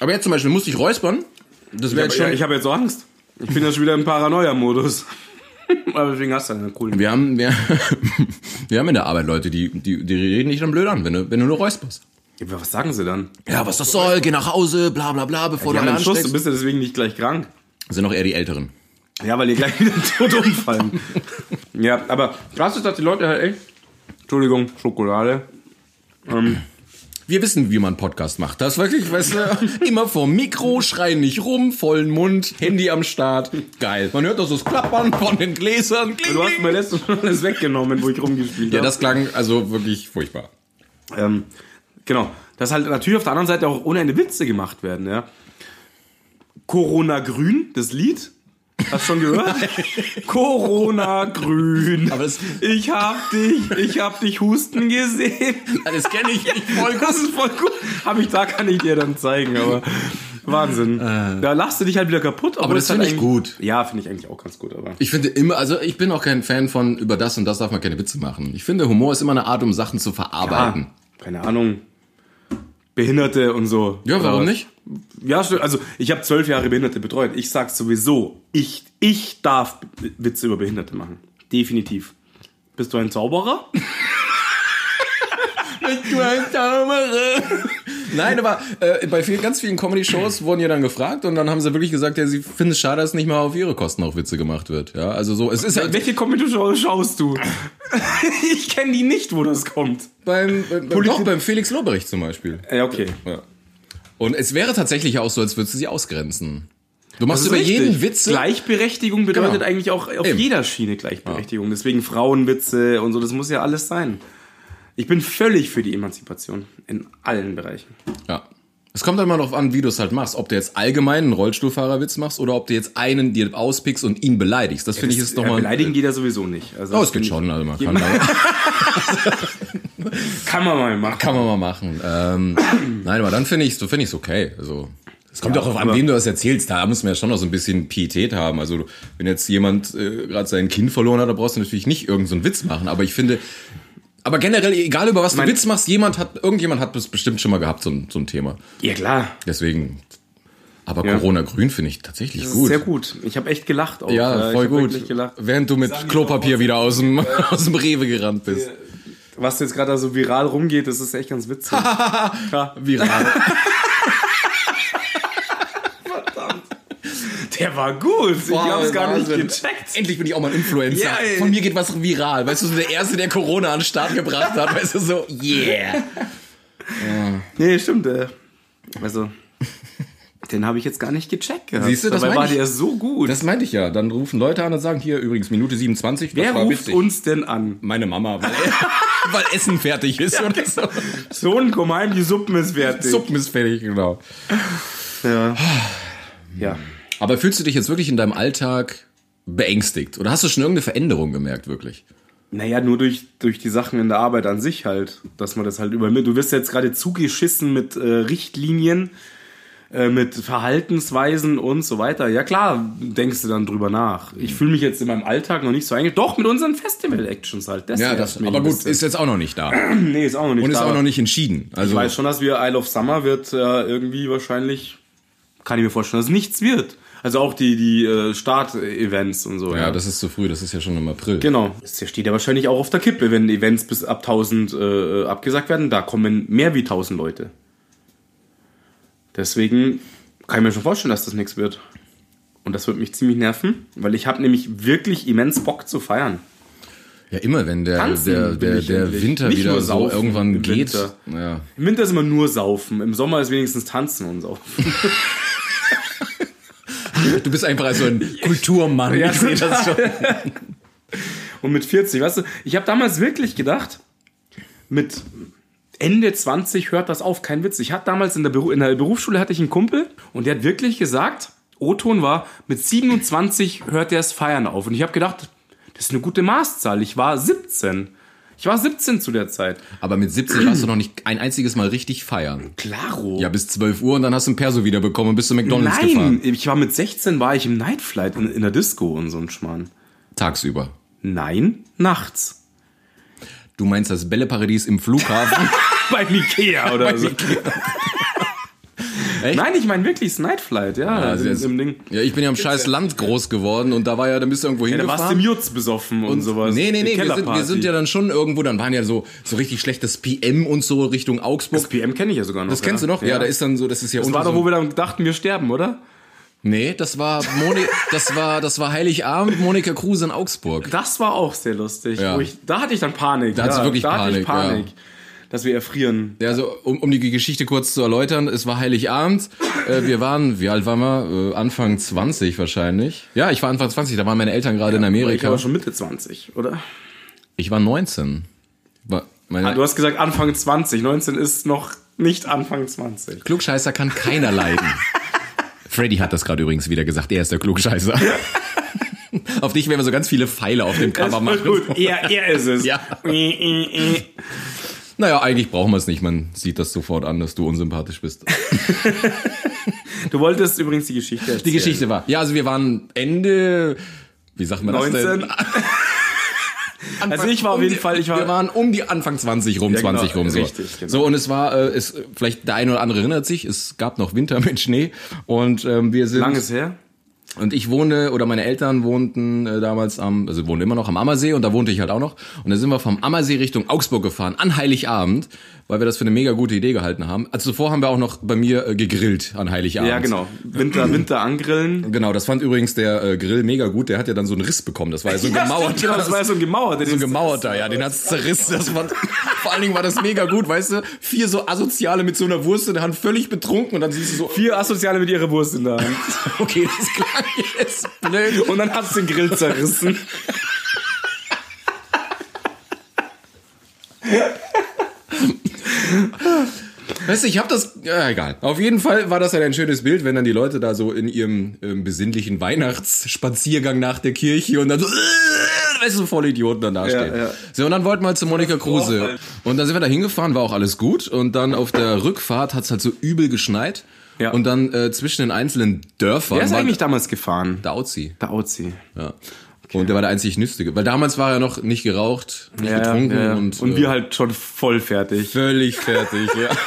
B: Aber jetzt zum Beispiel musste ich räuspern. Das wäre jetzt
A: ich,
B: schon.
A: ich habe jetzt so Angst. Ich bin jetzt schon wieder im Paranoia-Modus. *laughs* Aber deswegen hast du einen coolen.
B: wir haben, wir, *laughs* wir haben in der Arbeit Leute, die, die, die reden dich dann blöd an, wenn du, wenn du nur räusperst.
A: Was sagen sie dann?
B: Ja, was das soll, geh nach Hause, bla bla bla, bevor
A: Die
B: du
A: haben
B: einen
A: einen Schuss, du
B: ansteckst.
A: bist ja deswegen nicht gleich krank.
B: Sind noch eher die *laughs* Älteren.
A: Ja, weil die gleich wieder *laughs* tot umfallen. ja, aber krass ist, dass die Leute halt echt. Entschuldigung, Schokolade. Ähm,
B: Wir wissen, wie man Podcast macht. Das ist wirklich, weißt du, immer vorm Mikro, schreien nicht rum, vollen Mund, Handy am Start. Geil. Man hört doch so das Klappern von den Gläsern. Kling,
A: du hast
B: kling.
A: mir letztes Mal alles weggenommen, wo ich rumgespielt habe.
B: Ja, das klang also wirklich furchtbar.
A: Ähm, genau. Dass halt natürlich auf der anderen Seite auch ohne Ende Witze gemacht werden, ja. Corona Grün, das Lied. Hast schon
B: *laughs*
A: gehört? Corona Grün.
B: Aber das-
A: ich hab dich, ich hab dich husten gesehen.
B: Das kenne ich nicht voll
A: Das
B: gut.
A: ist voll gut. Hab ich da, kann ich dir dann zeigen, aber Wahnsinn. Da lachst du dich halt wieder kaputt. obwohl
B: Äh. das
A: es halt
B: find ich
A: eigentlich- Ja, finde ich eigentlich auch ganz gut, aber.
B: Ich finde immer, also ich bin auch kein Fan von über das und das darf man keine Witze machen. Ich finde, Humor ist immer eine Art, um Sachen zu
A: Ah,
B: verarbeiten.
A: keine Ahnung. Behinderte und so.
B: Ja, Genau.
A: Oder
B: warum
A: was?
B: nicht?
A: Ja, stimmt. Also ich habe zwölf Jahre Behinderte betreut. Ich sag's sowieso. Ich, ich darf B- Witze über Behinderte machen. Definitiv. Bist du ein Zauberer?
B: Du ein Zauberer. Nein, aber äh, bei vielen, ganz vielen Comedy-Shows wurden ja dann gefragt und dann haben sie wirklich gesagt, ja, sie finden es schade, dass nicht mal auf ihre Kosten auch Witze gemacht wird. Ja, also so, es ist
A: *laughs*
B: halt
A: Welche Comedy-Show schaust du? *laughs* ich kenne die nicht, wo das kommt.
B: beim, äh, beim, beim,
A: Politik-
B: doch, beim Felix Lobrecht zum Beispiel.
A: Ja, okay.
B: Ja. Und es wäre tatsächlich ja auch so, als würdest du sie ausgrenzen. Du machst
A: Das ist
B: Also über
A: richtig.
B: jeden Witz.
A: Gleichberechtigung bedeutet
B: Genau.
A: eigentlich auch auf
B: Eben.
A: jeder Schiene Gleichberechtigung. Deswegen Frauenwitze und so, das muss ja alles sein. Ich bin völlig für die Emanzipation in allen Bereichen.
B: Ja. Es kommt dann mal drauf an, wie du es halt machst. Ob du jetzt allgemein einen Rollstuhlfahrerwitz machst oder ob du jetzt einen dir auspickst und ihn beleidigst. Das finde ich ist
A: Ja,
B: nochmal.
A: Beleidigen geht ja sowieso nicht. Also
B: Oh,
A: das
B: es geht
A: finde
B: schon,
A: ich-
B: also man kann,
A: Jemand-
B: da-
A: Kann man mal machen.
B: kann man mal machen. Ähm, *clears throat* nein, aber dann finde ich es find okay. Also, es kommt auch drauf an,
A: aber-
B: wem du das erzählst. Da muss man ja schon noch so ein bisschen Pietät haben. Also, du- wenn jetzt jemand äh, gerade sein Kind verloren hat, da brauchst du natürlich nicht irgendeinen so einen Witz machen. Aber ich finde, aber generell, egal über was du
A: mein-
B: Witz machst, jemand hat, irgendjemand hat das bestimmt schon mal gehabt, so ein, so ein Thema.
A: Ja, klar.
B: Deswegen. Aber
A: Ja.
B: Corona Grün finde ich tatsächlich
A: Gut.
B: gut.
A: Sehr gut. Ich habe echt gelacht auch.
B: Ja,
A: Äh,
B: voll
A: ich hab
B: gut.
A: wirklich Gelacht.
B: Während du mit Klopapier wieder aus dem, aus dem Rewe gerannt bist.
A: Was jetzt gerade da so viral rumgeht, das ist echt ganz
B: *laughs*
A: witzig. Ja. *laughs*
B: Viral.
A: Der war gut. Ich
B: Wow,
A: hab's gar
B: Wahnsinn.
A: nicht gecheckt.
B: Endlich bin ich auch mal ein Influencer.
A: Ja, ey.
B: Von mir geht was viral. Weißt du, so der Erste, der Corona an den Start gebracht hat. Weißt du, so, yeah.
A: Nee, stimmt. Äh,
B: *laughs*
A: also, den habe ich jetzt gar nicht gecheckt. Gehabt.
B: Siehst du, das
A: Dabei
B: meine
A: war
B: ich.
A: der so gut.
B: Das meinte ich ja. Dann rufen Leute an und sagen, hier übrigens Minute 27. das
A: Wer
B: war
A: ruft
B: witzig.
A: uns denn an?
B: Meine Mama, weil, *laughs* weil Essen fertig ist. und so.
A: Sohn, komm heim, die Suppen ist fertig.
B: Suppen ist fertig, genau. *sighs*
A: Ja. ja.
B: Aber fühlst du dich jetzt wirklich in deinem Alltag beängstigt? Oder hast du schon irgendeine Veränderung gemerkt, wirklich?
A: Naja, nur durch, durch die Sachen in der Arbeit an sich halt, dass man das halt übermittelt. Du wirst jetzt gerade zugeschissen mit äh, Richtlinien, äh, mit Verhaltensweisen und so weiter. Ja klar, denkst du dann drüber nach.
B: Mhm.
A: Ich fühle mich jetzt in meinem Alltag noch nicht so eingeschränkt. Doch, mit unseren Festival-Actions halt. Das
B: Ja,
A: nervt
B: das,
A: mich
B: aber
A: ein
B: gut,
A: bisschen.
B: ist jetzt auch noch *clears throat* nicht da.
A: nee, ist auch noch nicht
B: Und ist
A: da.
B: auch noch nicht entschieden. Also,
A: Ich weiß schon, dass wir Isle of Summer wird äh, irgendwie wahrscheinlich, kann ich mir vorstellen, dass es nichts wird. Also auch die, die äh, Start-Events und so.
B: ja, das ist zu früh, das ist ja schon im April.
A: Genau. Das hier steht ja wahrscheinlich auch auf der Kippe, wenn Events bis ab 1000 äh, abgesagt werden. Da kommen mehr wie 1000 Leute. Deswegen kann ich mir schon vorstellen, dass das nichts wird. Und das wird mich ziemlich nerven, weil ich habe nämlich wirklich immens Bock zu feiern.
B: Ja, immer wenn der,
A: Tanzen
B: der,
A: bin
B: der,
A: ich
B: der
A: endlich.
B: Winter
A: Nicht
B: wieder
A: nur
B: so
A: saufen
B: irgendwann
A: im
B: geht.
A: Winter.
B: Ja.
A: Im Winter ist immer nur Saufen, im Sommer ist wenigstens Tanzen und Saufen.
B: Du bist einfach
A: *laughs*
B: so ein Kulturmann.
A: Ja,
B: ich sehe das schon.
A: Und mit 40, weißt du, ich habe damals wirklich gedacht, mit Ende 20 hört das auf, kein Witz. Ich hatte damals in der, Beru in der Berufsschule hatte ich einen Kumpel und der hat wirklich gesagt, O-Ton war, mit 27 hört er das Feiern auf. Und ich habe gedacht, das ist eine gute Maßzahl. Ich war 17. Ich war 17 zu der Zeit.
B: Aber mit 17 warst du noch nicht ein einziges Mal richtig feiern.
A: Klaro.
B: Ja, bis 12 Uhr und dann hast du ein Perso wiederbekommen und bist zu McDonalds
A: Nein,
B: gefahren.
A: ich war mit 16 war ich im Nightflight in, in der Disco und so ein Schmarrn.
B: Tagsüber.
A: Nein, nachts.
B: Du meinst das Bälleparadies im
A: *laughs*
B: Flughafen?
A: Bei Ikea oder so. *laughs*
B: Echt?
A: Nein, ich meine wirklich das Nightflight, Ah, ja.
B: Also
A: im,
B: jetzt-
A: im Ding.
B: Ja, ich bin ja im scheiß Land groß geworden und da war ja, dann bist du irgendwo
A: Ja, da
B: hingefahren.
A: warst du im Jutz besoffen und, sowas.
B: Nee, nee,
A: Die
B: nee, wir sind, wir
A: Kellerparty.
B: sind ja dann schon irgendwo, dann waren ja so, so richtig schlechtes PM und so Richtung Augsburg.
A: Das PM kenne ich ja sogar noch.
B: Das kennst du noch? Ja, da ist dann so, das ist ja
A: Das
B: unter
A: war doch,
B: so,
A: wo wir dann dachten, wir sterben, oder?
B: Nee, das war Moni, das war das war Heiligabend Monika Kruse in Augsburg.
A: Das war auch sehr lustig.
B: Ja.
A: Wo ich, da hatte ich dann Panik.
B: Da hattest du wirklich
A: da hatte ich
B: Panik, ja.
A: Panik. Dass wir erfrieren.
B: Ja, also um, um die Geschichte kurz zu erläutern, es war Heiligabend. Äh, wir waren, wie alt waren wir? Äh, Anfang 20 wahrscheinlich. Ja, ich war Anfang 20, da waren meine Eltern gerade in
A: Ich war
B: Amerika.
A: schon Mitte 20, oder?
B: Ich war 19. War meine,
A: Ah, du hast gesagt Anfang 20. 19 ist noch nicht Anfang 20.
B: Klugscheißer kann keiner *laughs* leiden. Freddy hat das gerade übrigens wieder gesagt, er ist der *laughs* Klugscheißer. auf dich werden wir so ganz viele Pfeile auf dem Cover
A: Voll
B: machen.
A: gut. Er, er ist *laughs* es.
B: Ja.
A: Äh, äh, äh.
B: Naja, eigentlich brauchen wir es nicht. Man sieht das sofort an, dass du unsympathisch bist.
A: Du wolltest übrigens die Geschichte erzählen.
B: Die Geschichte war. Ja, also wir waren Ende. Wie sagt man das *laughs* denn?
A: 19. Also ich war auf
B: Um
A: jeden
B: die-
A: Fall, ich war
B: wir waren um die Anfang 20 rum,
A: Ja, genau,
B: 20 rum so.
A: richtig, genau.
B: So und es war, äh, es vielleicht der eine oder andere erinnert sich, es gab noch Winter mit Schnee und ähm, wir sind
A: langes her.
B: Und ich wohne, oder meine Eltern wohnten äh, damals am, also wohnen immer noch am Ammersee und da wohnte ich halt auch noch. Und da sind wir vom Ammersee Richtung Augsburg gefahren, an Heiligabend, weil wir das für eine mega gute Idee gehalten haben. Also zuvor haben wir auch noch bei mir äh, gegrillt an Heiligabend.
A: Ja, genau. Winter, Winter angrillen.
B: Genau, das fand übrigens der äh, Grill mega gut. Der hat ja dann so einen Riss bekommen. Das war ja so ein
A: *laughs* Ja,
B: gemauerter.
A: stimmt, Genau, das war
B: *laughs*
A: ja so ein gemauerter.
B: so ein gemauerter, ja, den hat's zerrissen. Das war, vor allen Dingen war das mega gut, weißt du? Vier so Asoziale mit so einer Wurst in der Hand, völlig betrunken und dann siehst du so, *laughs*
A: Vier Asoziale mit ihrer Wurst in der Hand.
B: okay, das klang jetzt blöd.
A: Und dann hast du den Grill
B: *laughs*
A: zerrissen.
B: Weißt du, ich habe das, ja, egal. Auf jeden Fall war das halt ein schönes Bild, wenn dann die Leute da so in ihrem ähm, besinnlichen Weihnachtsspaziergang nach der Kirche und dann so, äh, weißt du, voll Idioten dann dastehen.
A: Ja, ja.
B: So, und dann wollten wir halt zu Monika Kruse. Und dann sind wir da hingefahren, war auch alles gut. Und dann auf der Rückfahrt hat's halt so übel geschneit.
A: Ja.
B: Und dann äh, zwischen den einzelnen Dörfern.
A: Wer ist
B: waren-
A: eigentlich damals gefahren?
B: Der Auzi.
A: Der Auzi.
B: Ja. Und der war der einzig Nüstige. Weil damals war er noch nicht geraucht, nicht getrunken und,
A: und
B: äh,
A: wir halt schon voll fertig.
B: völlig fertig, ja.
A: *laughs*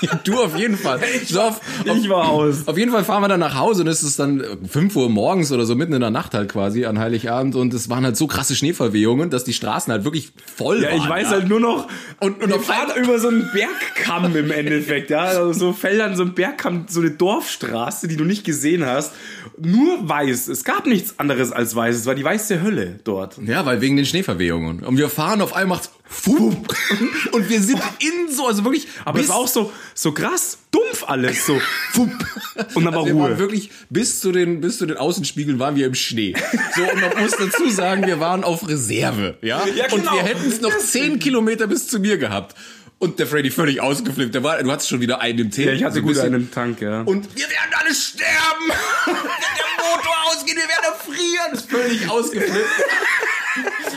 B: Ja, Du auf jeden Fall. So auf, auf,
A: Ich war aus.
B: auf jeden Fall fahren wir dann nach Hause und es ist dann 5 Uhr morgens oder so mitten in der Nacht halt quasi an Heiligabend und es waren halt so krasse Schneeverwehungen, dass die Straßen halt wirklich voll
A: Ja,
B: waren.
A: ich weiß halt nur noch,
B: Und- und
A: wir
B: auf
A: fahren über so einen Bergkamm im Endeffekt, ja, also so Feldern, so ein Bergkamm, so eine Dorfstraße, die du nicht gesehen hast, nur weiß, es gab nichts anderes als weiß, es war die weiße Hölle dort.
B: Ja, weil wegen den Schneeverwehungen. Und wir fahren, auf einmal macht's Fup. *laughs* und wir sind in so, also wirklich.
A: Aber es
B: bis-
A: war auch so, so krass dumpf alles, so, fupp, und dann war
B: Also wir waren
A: Ruhe.
B: wirklich bis zu den bis zu den Außenspiegeln waren wir im Schnee. So und man muss dazu sagen, wir waren auf Reserve, ja.
A: Ja,
B: Und
A: genau.
B: wir hätten es noch zehn Kilometer bis zu mir gehabt. Und der Freddy völlig ausgeflippt. Der war, du hattest schon wieder einen im Tee.
A: Ja, ich hatte
B: so ein
A: gut
B: bisschen.
A: einen im Tank, ja.
B: Also Und wir werden alle sterben. *laughs* Wenn der Motor ausgeht, wir werden frieren. Ist völlig ausgeflippt.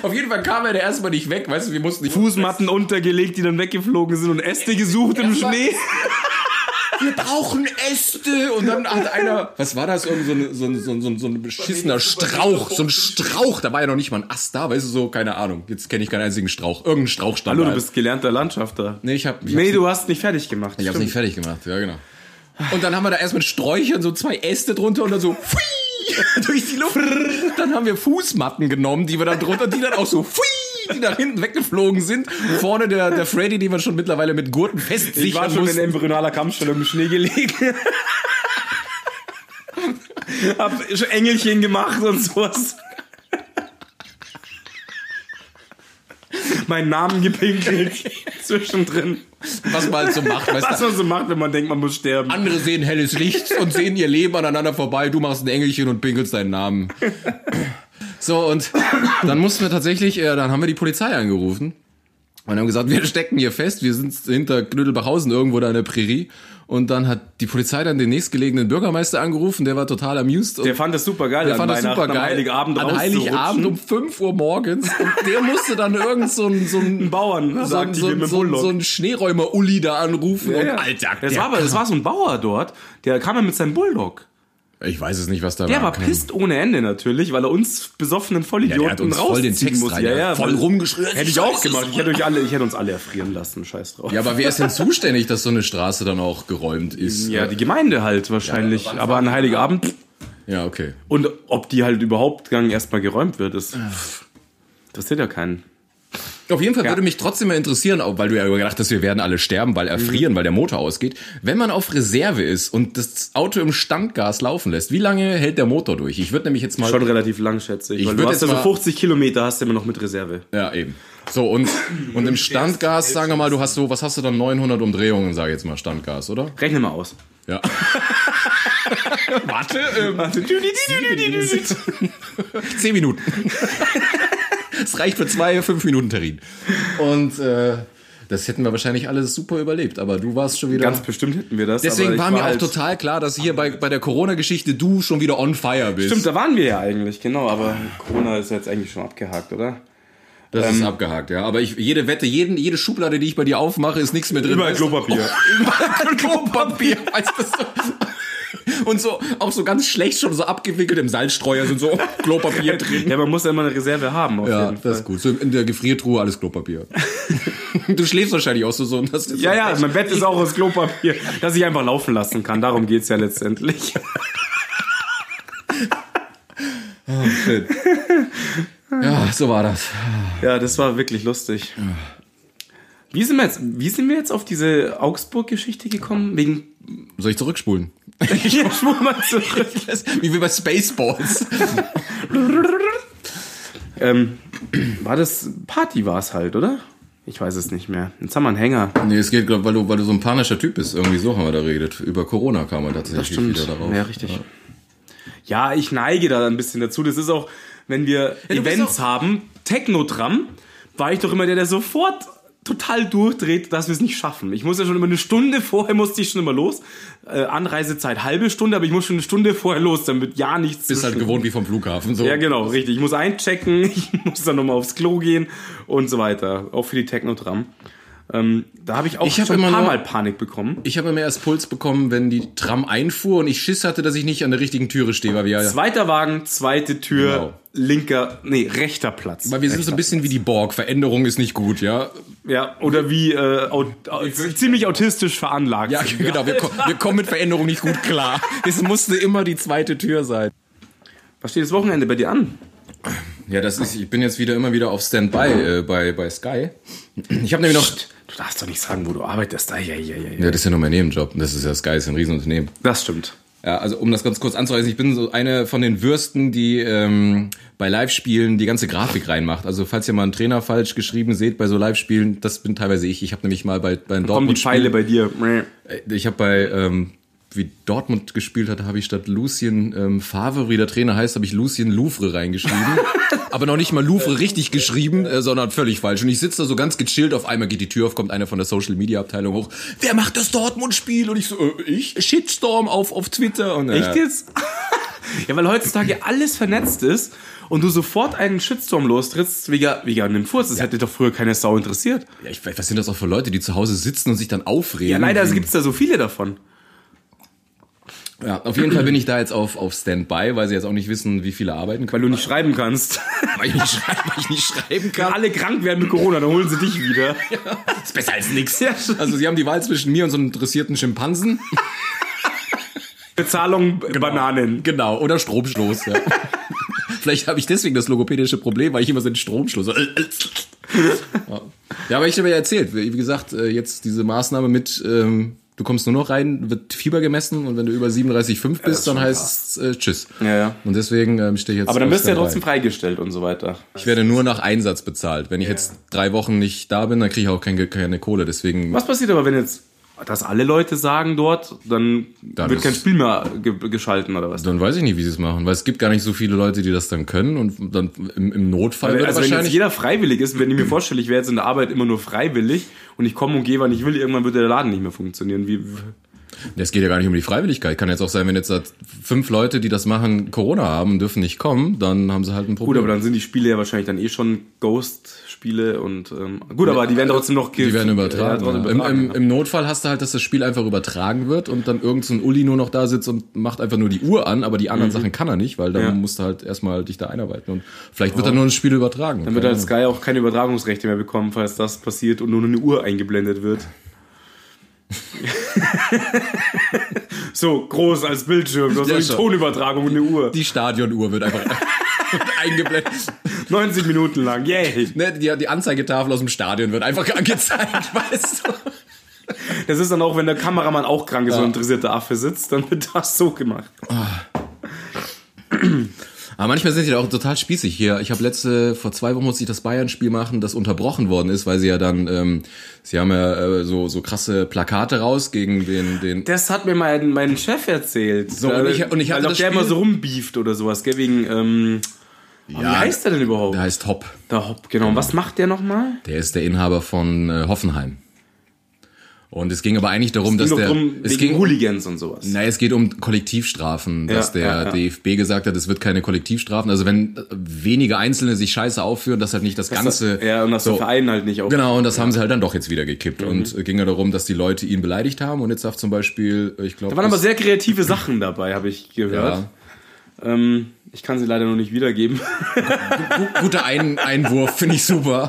B: Auf jeden Fall kam er da erstmal nicht weg, weißt du, wir mussten nicht
A: Fußmatten untergelegt, die dann weggeflogen sind und Äste gesucht im
B: Erstmal- *laughs*
A: Schnee.
B: wir brauchen Äste. Und dann hat einer, was war das, irgend so, eine, so, ein- so, ein- so, ein- so ein beschissener Strauch, so ein Strauch, da war ja noch nicht mal ein Ast da, weißt du, so, keine Ahnung, jetzt kenne ich keinen einzigen Strauch, irgendein Strauch stand
A: Hallo,
B: da.
A: du bist gelernter Landschafter.
B: nee, ich hab, ich
A: Nee,
B: hab's,
A: du hast nicht fertig gemacht.
B: ich hab's nicht fertig gemacht, ja genau. Und dann haben wir da erst mit Sträuchern so zwei Äste drunter und dann so, pfui, durch die *laughs* Luft. Dann haben wir Fußmatten genommen, die wir dann drunter, die dann auch so, pfui, die nach hinten weggeflogen sind. Vorne der, der Freddy, den wir schon mittlerweile mit Gurten festsichern
A: Ich war schon
B: mussten.
A: in embryonaler Kampfstellung im Schnee gelegen. *laughs* Hab schon Engelchen gemacht und sowas. Meinen Namen
B: *laughs*
A: gepinkelt zwischendrin.
B: was man halt so macht, weißt du.
A: Was man so macht, wenn man denkt, man muss sterben.
B: Andere sehen helles Licht und sehen ihr Leben aneinander vorbei. Du machst ein Engelchen und pinkelst deinen Namen. So, und dann mussten wir tatsächlich, äh, dann haben wir die Polizei angerufen und haben gesagt, wir stecken hier fest, wir sind hinter Knödelbachhausen irgendwo da in der Prärie. Und dann hat die Polizei dann den nächstgelegenen Bürgermeister angerufen, der war total amused. Und
A: Der fand das super geil.
B: der fand das super
A: Am
B: geil.
A: Heiligabend
B: an Heiligabend um 5 Uhr morgens. Und der musste dann irgend so ein, so ein
A: Bauern,
B: so
A: sagt
B: ein,
A: die
B: so
A: mir
B: ein,
A: mit
B: so ein,
A: Bullock.
B: so ein Schneeräumer-Uli da anrufen.
A: Ja,
B: und
A: ja.
B: Alter,
A: das,
B: der
A: war aber, das war so ein Bauer dort, der kam ja mit seinem Bulldog.
B: Ich weiß es nicht, was da
A: Der war
B: Keine-
A: pisst ohne Ende natürlich, weil er uns besoffenen
B: Ja, der
A: Vollidioten
B: hat uns voll den
A: rausziehen
B: Text
A: muss.
B: rein, der hat voll
A: weil-
B: rumgeschrien.
A: Hätte ich auch
B: Scheiße,
A: gemacht. Ich hätte, euch alle, ich hätte uns alle erfrieren lassen, scheiß drauf.
B: Ja, aber wer ist denn zuständig, dass so eine Straße dann auch geräumt ist?
A: Ja, die Gemeinde halt wahrscheinlich.
B: Ja, aber wann
A: aber an
B: war-
A: Heiligabend pff,
B: Ja, okay.
A: und ob die halt überhaupt gang erstmal geräumt wird, ist. Das sieht ja keinen.
B: Auf jeden Fall würde mich trotzdem mal interessieren, auch weil du ja gedacht hast, wir werden alle sterben, weil
A: Mhm.
B: erfrieren, weil der Motor ausgeht. Wenn man auf Reserve ist und das Auto im Standgas laufen lässt, wie lange hält der Motor durch? Ich würde nämlich jetzt mal.
A: Schon relativ lang, schätze ich.
B: Ich
A: weil du
B: würd
A: hast
B: jetzt
A: ja so
B: mal-
A: 50 Kilometer hast du immer noch mit Reserve.
B: Ja, eben. So, und, und im Standgas, sagen wir mal, du hast so, was hast du dann? 900 Umdrehungen, sage ich jetzt mal, Standgas, oder?
A: Rechne mal aus.
B: Ja. Warte,
A: äh,
B: ähm, *laughs* Zehn Minuten. Es reicht für zwei, fünf Minuten Terrin. Und äh, das hätten wir wahrscheinlich alles super überlebt, aber du warst schon wieder.
A: Ganz bestimmt hätten wir das. aber
B: Deswegen
A: ich
B: war mir
A: halt-
B: auch total klar, dass hier bei, bei der Corona-Geschichte du schon wieder on fire bist.
A: Stimmt, da waren wir ja eigentlich, genau. Aber Corona ist jetzt eigentlich schon abgehakt,
B: *laughs*
A: oder?
B: das ist abgehakt, ja. Aber ich, jede Wette, jeden, jede Schublade, die ich bei dir aufmache, ist nichts mehr drin.
A: Überall
B: weißt du?
A: Klopapier.
B: *laughs* Überall Klopapier. *laughs* Weißt du, so. Und so, auch so ganz schlecht schon so abgewickelt im Salzstreuer sind so *laughs* Klopapier drin.
A: Ja, man muss ja immer eine Reserve haben. Auf
B: Ja,
A: jeden
B: das ist gut. So in der Gefriertruhe alles Klopapier. *laughs* du schläfst wahrscheinlich auch so so und hast jetzt
A: Ja,
B: so-
A: ja, mein Bett ist auch aus Klopapier, *laughs* das ich einfach laufen lassen kann. Darum geht's ja letztendlich.
B: schön. Ja, so war das.
A: *laughs* Ja, das war wirklich lustig. Wie sind wir jetzt, wie sind wir jetzt auf diese Augsburg-Geschichte gekommen? Wegen. *laughs*
B: Soll ich zurückspulen?
A: Hier schwur mal *laughs* zurück.
B: Wie wir bei Spaceballs.
A: Ähm, war das Party war es halt, oder? Ich weiß es nicht mehr. Jetzt haben wir einen Hänger.
B: Nee, es geht, glaube weil du, weil du so ein panischer Typ bist. Irgendwie so haben wir da geredet. Über Corona kam er tatsächlich wieder darauf.
A: Ja, richtig. Ja, ich neige da ein bisschen dazu. Das ist auch, wenn wir
B: du bist
A: Events
B: auch-
A: haben, Technotram, war ich doch immer der, der sofort total durchdreht, dass wir es nicht schaffen. Ich muss ja schon immer eine Stunde vorher, musste ich schon immer los. Äh, Anreisezeit halbe Stunde, aber ich muss schon eine Stunde vorher los, damit ja nichts
B: Bist halt
A: zwischen-
B: gewohnt wie vom Flughafen. So.
A: Ja, genau, richtig. Ich muss einchecken, *laughs* ich muss dann nochmal aufs Klo gehen und so weiter. Auch für die Technotram. Ähm, da habe ich auch
B: Ich hab
A: schon ein
B: immer
A: paar
B: nur-
A: Mal Panik bekommen.
B: Ich habe immer erst Puls bekommen, wenn die Tram einfuhr und ich Schiss hatte, dass ich nicht an der richtigen Türe stehe, weil wir,
A: Zweiter Wagen, zweite Tür,
B: Genau.
A: linker, nee, rechter Platz.
B: weil wir sind so ein bisschen wie die Borg. Veränderung ist nicht gut, ja.
A: Ja, oder wie äh, au au ziemlich autistisch veranlagt.
B: Ja,
A: sind.
B: *laughs* genau. Wir, ko- wir kommen mit Veränderung nicht gut klar. Es musste immer die zweite Tür sein.
A: Was steht das Wochenende bei dir an?
B: Ja, das ist. Ich bin jetzt wieder immer wieder auf Standby äh, bei, bei Sky. Ich habe nämlich noch.
A: Du darfst doch nicht sagen, wo du arbeitest. Ah, ja, ja, ja, ja.
B: Ja, das ist ja nur mein Nebenjob. Das ist ja Sky, ist ja ein Riesenunternehmen.
A: Das stimmt.
B: Ja, also um das ganz kurz anzureißen, ich bin so eine von den Würsten, die ähm, bei Live-Spielen die ganze Grafik reinmacht. Also falls ihr mal einen Trainer falsch geschrieben seht bei so Live-Spielen, das bin teilweise ich. Ich habe nämlich mal bei, bei
A: Kommen die
B: Dortmund
A: Pfeile bei dir.
B: ich habe bei ähm, wie Dortmund gespielt hat, habe ich statt Lucien ähm, Favre, wie der Trainer heißt, habe ich Lucien
A: *laughs*
B: Louvre reingeschrieben. aber noch nicht mal Louvre richtig geschrieben, äh, sondern völlig falsch. Und ich sitze da so ganz gechillt, auf einmal geht die Tür auf, kommt einer von der Social Media Abteilung hoch. Wer macht das Dortmund-Spiel? Und ich so, äh, ich? Shitstorm auf, auf Twitter. Und, äh,
A: Echt jetzt? *laughs* ja, weil heutzutage alles vernetzt ist und du sofort einen Shitstorm lostrittst wegen, wegen einem Furz. Das hätte doch früher keine Sau interessiert.
B: Ja, ich, weiß, was sind das auch für Leute, die zu Hause sitzen und sich dann aufregen?
A: Ja, leider gibt es da so viele davon.
B: Ja, auf jeden Fall bin ich da jetzt auf, auf Standby, weil sie jetzt auch nicht wissen, wie viele arbeiten
A: Weil
B: können.
A: du nicht schreiben kannst.
B: Weil ich nicht schreiben, weil ich nicht schreiben
A: Wenn
B: kann.
A: alle krank werden mit Corona, dann holen sie dich *laughs* wieder.
B: Ist besser als nichts.
A: Ja, stimmt.
B: Also sie haben die Wahl zwischen mir und so einem interessierten Schimpansen. *laughs*
A: Bezahlung Bananen.
B: Genau, oder Stromstoß. Ja. *laughs* Vielleicht habe ich deswegen das logopädische Problem, weil ich immer so einen Stromstoß. Ja. ja, aber ich habe ja erzählt, wie wie gesagt, äh, jetzt diese Maßnahme mit, ähm, du kommst nur noch rein, wird Fieber gemessen und wenn du über 37,5 bist, dann heißt es äh, Tschüss.
A: Ja, ja.
B: Und deswegen ähm, stehe ich jetzt.
A: Aber dann
B: auf
A: bist du ja
B: Standby.
A: trotzdem freigestellt und so weiter.
B: Ich werde nur nach Einsatz bezahlt. Wenn ich jetzt drei Wochen nicht da bin, dann kriege ich auch kein, Ge- keine Kohle. Deswegen
A: Was passiert aber, wenn jetzt, dass alle Leute sagen dort, dann,
B: Dann
A: wird
B: ist-
A: kein Spiel mehr ge geschalten oder was?
B: Dann weiß ich nicht, wie sie es machen, weil es gibt gar nicht so viele Leute, die das dann können und dann im, im Notfall wird
A: Also wenn jetzt
B: wahrscheinlich.
A: jeder freiwillig ist, wenn ich mir vorstelle, ich wäre jetzt in der Arbeit immer nur freiwillig und ich komme und gehe, wann ich will, irgendwann würde der Laden nicht mehr funktionieren. Wie,
B: Es geht ja gar nicht um die Freiwilligkeit. Kann jetzt auch sein, wenn jetzt da fünf Leute, die das machen, Corona haben, dürfen nicht kommen, dann haben sie halt ein
A: gut,
B: Problem.
A: aber dann sind die Spiele ja wahrscheinlich dann eh schon Ghost-Spiele und ähm, gut, aber die werden trotzdem noch ge-
B: die werden
A: Ja,
B: übertragen.
A: trotzdem
B: ja.
A: übertragen,
B: Im, im, Im Notfall hast du halt, dass das Spiel einfach übertragen wird und dann irgend so ein Uli nur noch da sitzt und macht einfach nur die Uhr an, aber die anderen Sachen kann er nicht, weil dann
A: Mhm. Ja.
B: musst du halt erstmal dich da einarbeiten und vielleicht wird dann nur ein Spiel übertragen.
A: Dann wird halt Sky auch keine Übertragungsrechte mehr bekommen, falls das passiert und nur eine Uhr eingeblendet *laughs* wird. so groß als Bildschirm, du hast
B: Ja,
A: ja, eine
B: schon.
A: Tonübertragung und eine Uhr.
B: die Stadionuhr wird einfach *laughs* eingeblendet.
A: 90 Minuten lang, *laughs* yay.
B: Ne, die, die Anzeigetafel aus dem Stadion wird einfach angezeigt, *laughs* weißt du?
A: Das ist dann auch, wenn der Kameramann auch krank ist
B: Ja.
A: und ein interessierter Affe sitzt, dann wird das so gemacht.
B: Aber manchmal sind die da auch total spießig hier. Ich habe letzte, vor zwei Wochen musste ich das Bayern-Spiel machen, das unterbrochen worden ist, weil sie ja dann, ähm, sie haben ja äh, so, so krasse Plakate raus gegen den, den
A: Das hat mir mein, mein Chef erzählt. So,
B: und ich- und ich
A: weil
B: hatte
A: doch
B: das
A: der
B: Spiel-
A: immer so rumbieft oder sowas, gell, wegen, ähm, oh, wie heißt der denn überhaupt?
B: der heißt Hopp.
A: Der Hopp, genau. Und was macht der nochmal?
B: Der ist der Inhaber von äh, Hoffenheim. Und es ging aber eigentlich darum, dass
A: Ging doch
B: der,
A: drum, wegen
B: es ging,
A: Hooligans und sowas.
B: Na, es geht um Kollektivstrafen, dass
A: Ja,
B: der
A: ja, ja.
B: DFB gesagt hat, es wird keine Kollektivstrafen. Also wenn äh, wenige Einzelne sich scheiße aufführen, dass halt nicht das Ganze.
A: ja, und dass der Verein halt nicht auf
B: Genau, und das haben sie halt dann doch jetzt wieder gekippt. Und
A: Mhm.
B: äh, ging ja darum, dass die Leute ihn beleidigt haben. Und jetzt darf zum Beispiel, äh, ich glaube.
A: Da waren aber sehr kreative Sachen dabei, habe ich gehört. Ähm, ich kann sie leider noch nicht wiedergeben. *laughs*
B: guter Ein Einwurf, finde ich super.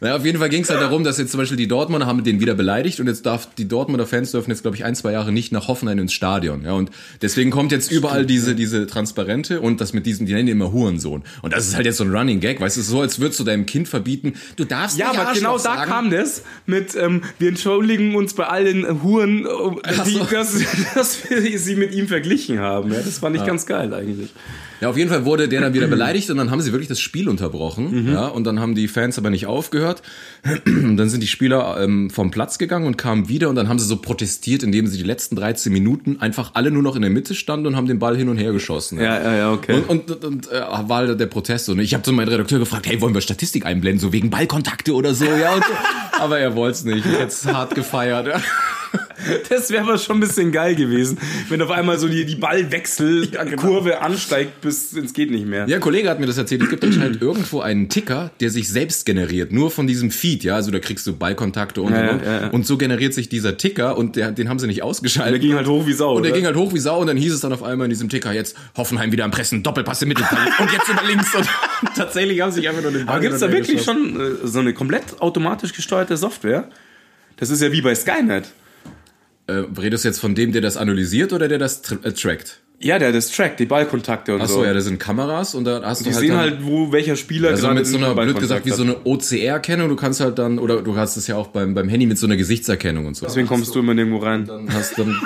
B: Naja, auf jeden Fall ging es halt darum, dass jetzt zum Beispiel die Dortmunder haben den wieder beleidigt und jetzt darf die Dortmunder Fans dürfen jetzt, glaube ich, ein, zwei Jahre nicht nach Hoffenheim ins Stadion. Ja, und deswegen kommt jetzt überall diese, diese Transparente und das mit diesem, die nennen die immer Hurensohn. Und das ist halt jetzt so ein Running Gag, weißt du, so als würdest du deinem Kind verbieten, du darfst
A: Ja,
B: nicht
A: aber genau
B: Arschloch
A: da
B: sagen.
A: kam das mit, ähm, wir entschuldigen uns bei allen Huren, äh,
B: Ach
A: die,
B: so.
A: dass, *laughs* dass wir sie mit ihm verglichen haben. Ja, das fand ich ganz geil eigentlich.
B: Ja, auf jeden Fall wurde der dann wieder beleidigt und dann haben sie wirklich das Spiel
A: Mhm.
B: unterbrochen. Ja, und dann haben die Fans aber nicht aufgehört. dann sind die Spieler ähm, vom Platz gegangen und kamen wieder und dann haben sie so protestiert, indem sie die letzten 13 Minuten einfach alle nur noch in der Mitte standen und haben den Ball hin und her geschossen.
A: Ja, ja, ja, okay.
B: Und, und, und, und äh, war der Protest so. Ne? Ich habe zu meinem Redakteur gefragt, hey, wollen wir Statistik einblenden, so wegen Ballkontakte oder so,
A: *laughs*
B: ja. Und so. aber er wollte es nicht. Jetzt hart gefeiert. *laughs* Ja.
A: Das wäre aber schon ein bisschen geil gewesen, wenn auf einmal so die, die Ballwechselkurve ansteigt bis ins geht nicht mehr.
B: genau. Ja, ein Kollege hat mir das erzählt. Es gibt *clears throat* anscheinend irgendwo einen Ticker, der sich selbst generiert. Nur von diesem Feed, ja. Also da kriegst du Ballkontakte und,
A: ja,
B: und,
A: ja, ja.
B: und so generiert sich dieser Ticker und der, den haben sie nicht
A: Der
B: ausgeschaltet.
A: ging halt hoch wie Sau.
B: und der
A: oder?
B: ging halt hoch wie Sau und dann hieß es dann auf einmal in diesem Ticker jetzt Hoffenheim wieder am Pressen, Doppelpass im *laughs* Mittelfeld und jetzt über links und tatsächlich haben sie sich einfach nur den Ball
A: aber gibt es da
B: hin und her
A: wirklich
B: geschossen.
A: schon äh, so eine komplett automatisch gesteuerte Software? Das ist ja wie bei Skynet.
B: Äh, redest du jetzt von dem, der das analysiert oder der das tr äh, trackt?
A: Ja, der das trackt, die Ballkontakte und
B: Achso,
A: so.
B: ja, da sind Kameras und da hast du
A: die
B: halt
A: sehen
B: dann,
A: halt, wo welcher Spieler
B: Also mit so
A: den
B: einer, blöd
A: Ballkontakt
B: gesagt, wie
A: hat.
B: so eine OCR-Erkennung, du kannst halt dann, oder du hast es ja auch beim, beim Handy mit so einer Gesichtserkennung und so.
A: Deswegen kommst du immer nirgendwo rein.
B: Dann hast, dann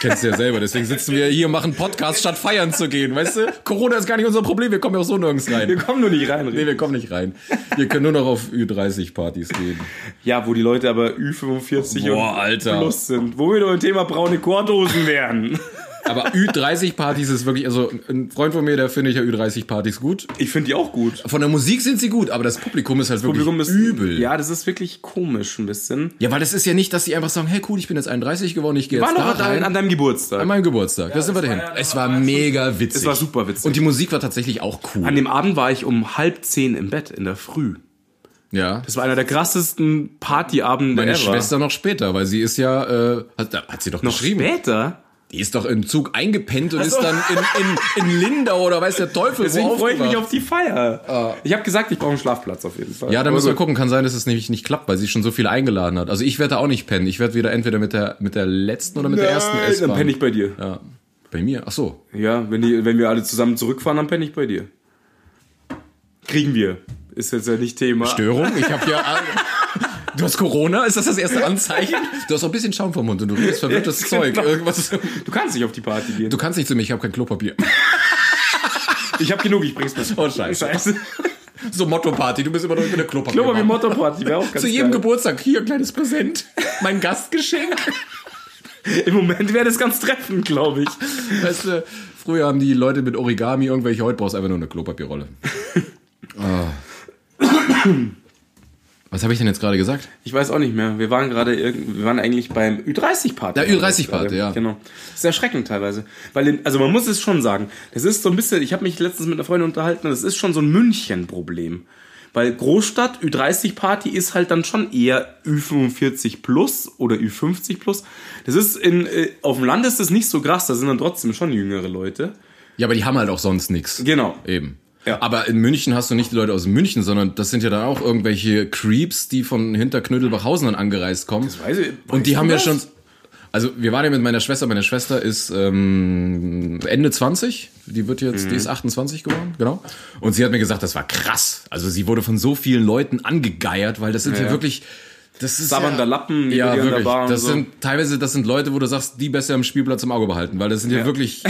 B: kennst du ja selber, deswegen sitzen wir hier, machen Podcast, statt feiern zu gehen, weißt du? Corona ist gar nicht unser Problem, wir kommen ja auch so nirgends
A: Wir
B: rein.
A: kommen nur nicht rein.
B: Nee, wir kommen nicht rein. Wir können nur noch auf Ü30-Partys gehen.
A: Ja, wo die Leute aber Ü45
B: Boah,
A: und
B: Alter.
A: plus sind. Wo wir doch im Thema braune Kordosen wären.
B: Aber Ü30-Partys ist wirklich, also ein Freund von mir, der finde ich ja Ü30-Partys gut.
A: *laughs* Ich finde die auch gut.
B: Von der Musik sind sie gut, aber das Publikum ist halt wirklich
A: Publikum ist
B: übel.
A: Ja, das ist wirklich komisch ein bisschen.
B: ja, weil das ist ja nicht, dass sie einfach sagen, hey cool, ich bin jetzt 31 geworden, ich gehe jetzt
A: War noch
B: da
A: an, dein-
B: rein.
A: an deinem Geburtstag.
B: An meinem Geburtstag. da sind wir dahin. es war mega witzig.
A: Es war super witzig.
B: Und die Musik war tatsächlich auch cool.
A: an dem Abend war ich um halb zehn im Bett in der Früh.
B: ja.
A: Das war einer der krassesten Partyabende
B: Meine
A: ever.
B: Schwester noch später, weil sie ist ja, äh, hat, da hat sie doch
A: noch
B: geschrieben.
A: später.
B: Die ist doch im Zug eingepennt und ist dann in, in, in Lindau oder weiß der Teufel
A: Deswegen
B: wo
A: freue ich mich
B: aufgewacht.
A: auf die Feier. Ich habe gesagt, ich brauche einen Schlafplatz auf jeden Fall.
B: Ah. Ja, da
A: Aber
B: müssen wir
A: gut.
B: gucken. Kann sein, dass es nämlich nicht klappt, weil sie schon so viele eingeladen hat. Also ich werde da auch nicht pennen. Ich werde wieder entweder mit der mit der letzten oder mit der ersten
A: Nein,
B: S-Bahn.
A: Dann penne ich bei dir.
B: ja. Bei mir. Ach so.
A: Ja, wenn, die, wenn wir alle zusammen zurückfahren, dann penne ich bei dir. Kriegen wir. Ist jetzt ja nicht Thema.
B: Störung. Ich habe ja. Du hast Corona? Ist das das erste Anzeichen? Du hast auch ein bisschen Schaum vom Mund und du redest verwirrtes
A: Ja,
B: Zeug.
A: genau.
B: Irgendwas.
A: Du kannst nicht auf die Party gehen.
B: Du kannst nicht zu mir. Ich habe kein Klopapier.
A: Ich habe genug, ich bring's mit.
B: Oh, scheiße.
A: Scheiße.
B: So Motto-Party. Du bist immer noch mit der Klopapier.
A: Klober wie Motto-Party wäre auch ganz
B: Zu jedem
A: geil.
B: Geburtstag hier ein kleines *laughs* Präsent. Mein Gastgeschenk.
A: Im Moment wäre das ganz treffend, glaube ich.
B: Weißt du, früher haben die Leute mit Origami irgendwelche, heute brauchst du einfach nur eine *laughs* Klopapierrolle. Ah. Was habe ich denn jetzt gerade gesagt?
A: Ich weiß auch nicht mehr. Wir waren gerade irgend, wir waren eigentlich beim Ü30-Party.
B: Ja, Ü30-Party,
A: Gerade.
B: ja.
A: Genau. Das ist erschreckend teilweise. Weil, in- also man muss es schon sagen, das ist so ein bisschen, ich habe mich letztens mit einer Freundin unterhalten, das ist schon so ein München-Problem. Weil Großstadt, Ü30-Party ist halt dann schon eher Ü45 plus oder Ü50 plus. Das ist in, äh, auf dem Land ist das nicht so krass, da sind dann trotzdem schon jüngere Leute.
B: Ja, aber die haben halt auch sonst nichts.
A: Genau.
B: Eben.
A: Ja.
B: Aber in München hast du nicht die Leute aus München, sondern das sind ja dann auch irgendwelche Creeps, die von hinter Knödelbachhausen dann angereist kommen. Das
A: weiß ich- weißt
B: Und die
A: du
B: haben ja
A: das?
B: schon. Also wir waren ja mit meiner Schwester. Meine Schwester ist ähm, Ende 20. Die wird jetzt,
A: Mhm.
B: die ist 28 geworden, genau. Und sie hat mir gesagt, das war krass. Also sie wurde von so vielen Leuten angegeiert, weil das sind ja,
A: ja.
B: wirklich. Das ist
A: Sabbernder
B: ja,
A: Lappen, die
B: ja,
A: bei dir an der
B: wirklich.
A: Bar und
B: das
A: so.
B: sind teilweise, das sind Leute, wo du sagst, die besser im Spielplatz im Auge behalten, weil das sind ja, wirklich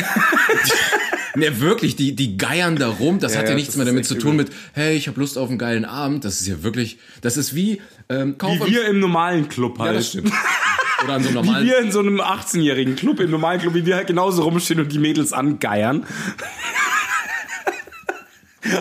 B: Ne, wirklich, die, die geiern da rum. Das hat ja,
A: ja,
B: nichts
A: das
B: mehr
A: ist
B: damit
A: echt
B: zu tun mit, hey, ich habe Lust auf einen geilen Abend. Das ist ja wirklich, das ist wie, ähm, kauf
A: Wie wir im normalen Club halt.
B: ja, das stimmt. Oder an so einem
A: Wie
B: normalen.
A: wir in so einem 18-jährigen Club, im normalen Club, wie wir halt genauso rumstehen und die Mädels angeiern. *laughs*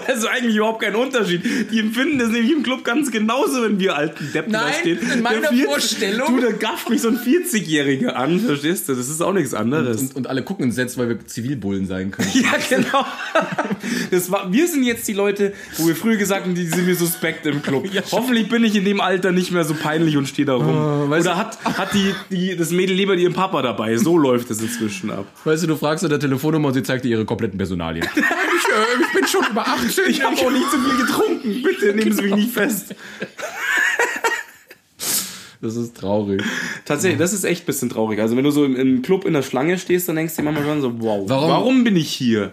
A: Also eigentlich überhaupt kein Unterschied. Die empfinden das nämlich im Club ganz genauso, wenn wir alten Deppen da
B: Nein,
A: stehen.
B: in meiner
A: Der 40
B: Vorstellung-
A: Du, da gafft mich so ein 40-Jähriger an, verstehst du? Das ist auch nichts anderes.
B: und, und alle gucken entsetzt, weil wir Zivilbullen sein können.
A: Ja, genau. Das war, wir sind jetzt die Leute, wo wir früher gesagt haben, die sind mir suspekt im Club. Hoffentlich bin ich in dem Alter nicht mehr so peinlich und stehe da rum.
B: Ah, weißt
A: Oder
B: du-
A: hat, hat die, die, das Mädel lieber ihren Papa dabei. So läuft es inzwischen ab.
B: Weißt du, du fragst an der Telefonnummer und sie zeigt dir ihre kompletten Personalien. ich, äh, ich bin schon über 18.
A: Ich habe auch nicht so viel getrunken. Bitte nehmen Sie mich nicht fest.
B: Das ist traurig.
A: Tatsächlich, das ist echt ein bisschen traurig. Also wenn du so im, im Club in der Schlange stehst, dann denkst du dir manchmal schon so, wow,
B: Warum-
A: warum bin ich hier?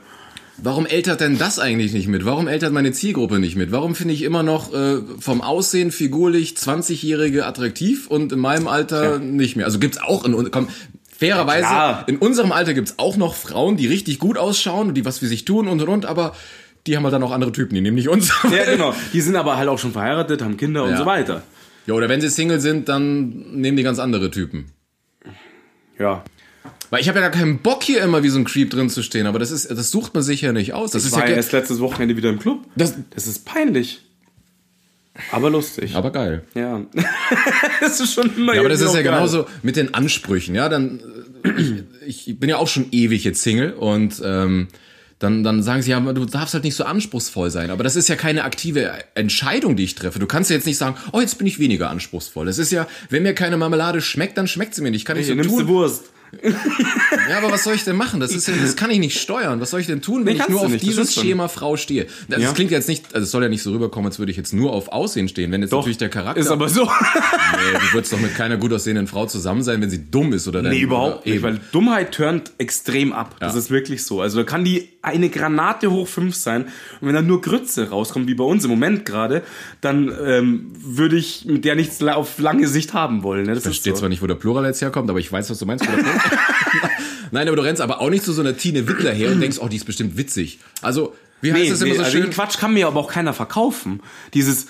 B: Warum ältert denn das eigentlich nicht mit? Warum ältert meine Zielgruppe nicht mit? Warum finde ich immer noch äh, vom Aussehen figurlich 20-Jährige attraktiv und in meinem Alter nicht mehr? Also gibt's auch in un- komm, fairerweise
A: klar.
B: in unserem Alter gibt's auch noch Frauen, die richtig gut ausschauen und die was für sich tun und und und, aber die haben halt dann auch andere Typen, die nehmen nicht uns.
A: Ja, genau. Die sind aber halt auch schon verheiratet, haben Kinder und
B: Ja.
A: so weiter.
B: *laughs* ja, oder wenn sie Single sind, dann nehmen die ganz andere Typen.
A: Ja.
B: Weil ich habe ja gar keinen Bock hier immer wie so ein Creep drin zu stehen, aber das ist das sucht man sich ja nicht aus. Das
A: Ich
B: ist
A: war
B: ja
A: ja
B: ge-
A: erst letztes Wochenende wieder im Club.
B: das,
A: Das ist peinlich. Aber lustig.
B: aber geil.
A: Ja. *laughs* das ist schon immer
B: Ja, aber das
A: irgendwie
B: ist ja
A: auch geil.
B: genauso mit den Ansprüchen, ja, dann äh, ich, ich bin ja auch schon ewig jetzt Single und ähm, dann, dann sagen sie, ja, aber du darfst halt nicht so anspruchsvoll sein. Aber das ist ja keine aktive Entscheidung, die ich treffe. Du kannst ja jetzt nicht sagen, oh, jetzt bin ich weniger anspruchsvoll. Das ist ja, wenn mir keine Marmelade schmeckt, dann schmeckt sie mir nicht. Kann ich
A: Hier,
B: so
A: nimmst du
B: tun.
A: Wurst.
B: Ja, aber was soll ich denn machen? Das, ist ja, das kann ich nicht steuern. Was soll ich denn tun, wenn ich
A: kannst
B: nur
A: du
B: auf
A: nicht, das
B: dieses
A: ist schon-
B: Schema Frau stehe? Das,
A: Ja.
B: das klingt jetzt nicht, also es soll ja nicht so rüberkommen, als würde ich jetzt nur auf Aussehen stehen. Wenn jetzt natürlich der Charakter
A: Ist aber
B: *laughs*
A: so.
B: Nee, du würdest doch mit keiner gut aussehenden Frau zusammen sein, wenn sie dumm ist oder dein-
A: Nee, überhaupt
B: oder-
A: nicht, weil Dummheit turnt extrem ab. Das
B: Ja.
A: ist wirklich so. Also da kann die eine Granate hoch fünf sein und wenn dann nur Grütze rauskommt, wie bei uns im Moment gerade, dann ähm, würde ich mit der nichts la- auf lange Sicht haben wollen. Ne? Das
B: Ich
A: ist
B: verstehe
A: so.
B: zwar nicht, wo der Plural jetzt herkommt, aber ich weiß, was du meinst. wo
A: *laughs*
B: der Plural- Nein, aber du rennst aber auch nicht zu so einer Tine Wittler her und denkst, oh, die ist bestimmt witzig. Also, wie heißt
A: Nee,
B: das
A: nee,
B: immer so
A: also
B: schön?
A: den Quatsch kann mir aber auch keiner verkaufen. Dieses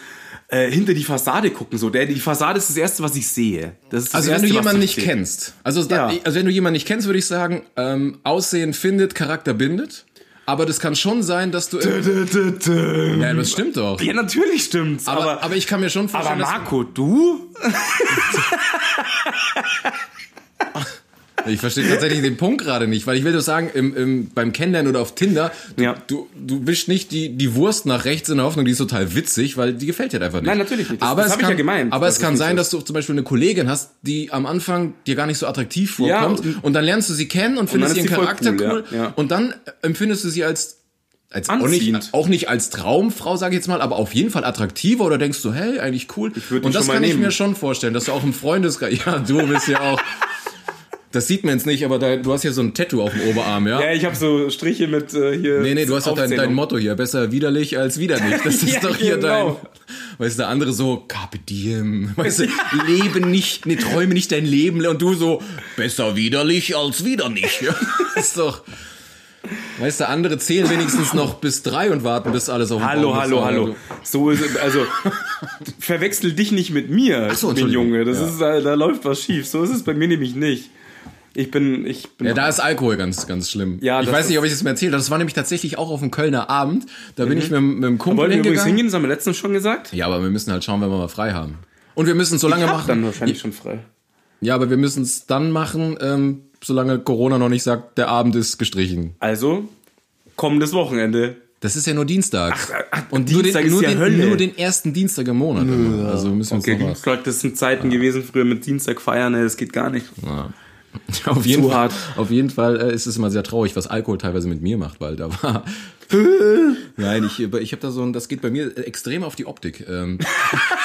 A: äh, hinter die Fassade gucken, so. Der, die Fassade ist das Erste, was ich sehe. Das ist das
B: also wenn
A: Erste,
B: du
A: was
B: jemanden
A: ich sehe.
B: nicht kennst, also, da-
A: Ja.
B: also wenn du jemanden nicht kennst, würde ich sagen, ähm, Aussehen findet, Charakter bindet. Aber das kann schon sein, dass du... Ja,
A: Dö, dö, dö.
B: das stimmt doch.
A: Ja, natürlich stimmt's.
B: Aber,
A: Aber,
B: aber, ich kann mir schon
A: aber
B: vorstellen, dass...
A: Marco, du?
B: Ich verstehe tatsächlich den Punkt gerade nicht, weil ich will doch sagen, im, im, beim Kennenlernen oder auf Tinder, du,
A: Ja.
B: du, du wischst nicht die, die Wurst nach rechts in der Hoffnung, die ist total witzig, weil die gefällt dir einfach nicht.
A: Nein, natürlich nicht. Das-
B: Aber
A: das
B: es
A: hab ich
B: kann,
A: ja gemeint,
B: Aber
A: dass
B: es
A: es
B: kann
A: nicht
B: sein,
A: so
B: dass du zum Beispiel eine Kollegin hast, die am Anfang dir gar nicht so attraktiv vorkommt
A: Ja,
B: und, dann lernst du sie kennen und findest
A: dann
B: ihren
A: ist sie voll
B: Charakter cool,
A: cool, ja, ja.
B: und dann empfindest du sie als als auch nicht,
A: Anziehend.
B: auch nicht als Traumfrau, sage ich jetzt mal, aber auf jeden Fall attraktiver oder denkst du, hey, eigentlich cool.
A: würd
B: Und
A: dich
B: das
A: schon mal
B: kann ich
A: nehmen.
B: mir schon vorstellen, dass du auch im Freundeskreis, *laughs* ja, du bist ja auch, das sieht man jetzt nicht, aber da, du hast hier so ein Tattoo auf dem Oberarm, ja?
A: Ja, ich habe so Striche mit äh, hier.
B: Nee, nee, du hast doch dein, dein
A: Aufzählung.
B: Motto hier, besser widerlich als widerlich.
A: *laughs*
B: Das ist
A: Ja,
B: doch hier
A: genau.
B: dein, weißt du, der andere so, carpe diem,
A: *laughs*
B: weißt du, lebe nicht, nee, träume nicht dein Leben und du so, besser widerlich
A: *laughs*
B: als widerlich. *laughs* Ja, ist doch, weißt du, andere zählen wenigstens noch bis drei und warten, bis alles auf dem
A: Hallo,
B: Baum ist.
A: hallo,
B: Aber
A: hallo.
B: du-
A: So ist es,
B: *laughs*
A: also verwechsel dich nicht mit mir,
B: so,
A: mein
B: Entschuldigung.
A: Junge. Das
B: Ja.
A: ist, äh, da, da läuft was schief. So ist es bei mir nämlich nicht. Ich bin, ich bin.
B: Ja, da ist Alkohol ganz, ganz schlimm.
A: Ja,
B: ich
A: das
B: weiß nicht,
A: ist-
B: ob ich es mir erzählt habe. Das war nämlich tatsächlich auch auf dem Kölner Abend. Da bin ich mit, mit dem Kumpel
A: Wollen Mhm. wir übrigens
B: hingegangen.
A: hingehen? Das haben wir letztens schon gesagt.
B: Ja, aber wir müssen halt schauen, wenn wir mal frei haben. Und wir müssen es so lange
A: Ich hab
B: machen.
A: dann wahrscheinlich schon frei.
B: Ja, aber wir müssen es dann machen, ähm, solange Corona noch nicht sagt, der Abend ist gestrichen.
A: Also kommendes Wochenende.
B: Das ist ja nur Dienstag.
A: ach, ach,
B: Und
A: Dienstag ist
B: nur,
A: ja
B: den, nur,
A: Hölle.
B: den, nur den ersten Dienstag im Monat. Immer. Also müssen wir uns
A: Okay,
B: noch
A: *laughs*
B: was.
A: Dienstag, das sind Zeiten gewesen früher mit Dienstag feiern. ey, Das geht gar nicht.
B: Auf jeden,
A: Zu
B: Fall,
A: hart.
B: auf jeden Fall äh, ist es immer sehr traurig, was Alkohol teilweise mit mir macht, weil da
A: *laughs*
B: war. Nein, ich, äh, ich habe da so ein, das geht bei mir äh, extrem auf die Optik.
A: *laughs*
B: Ähm,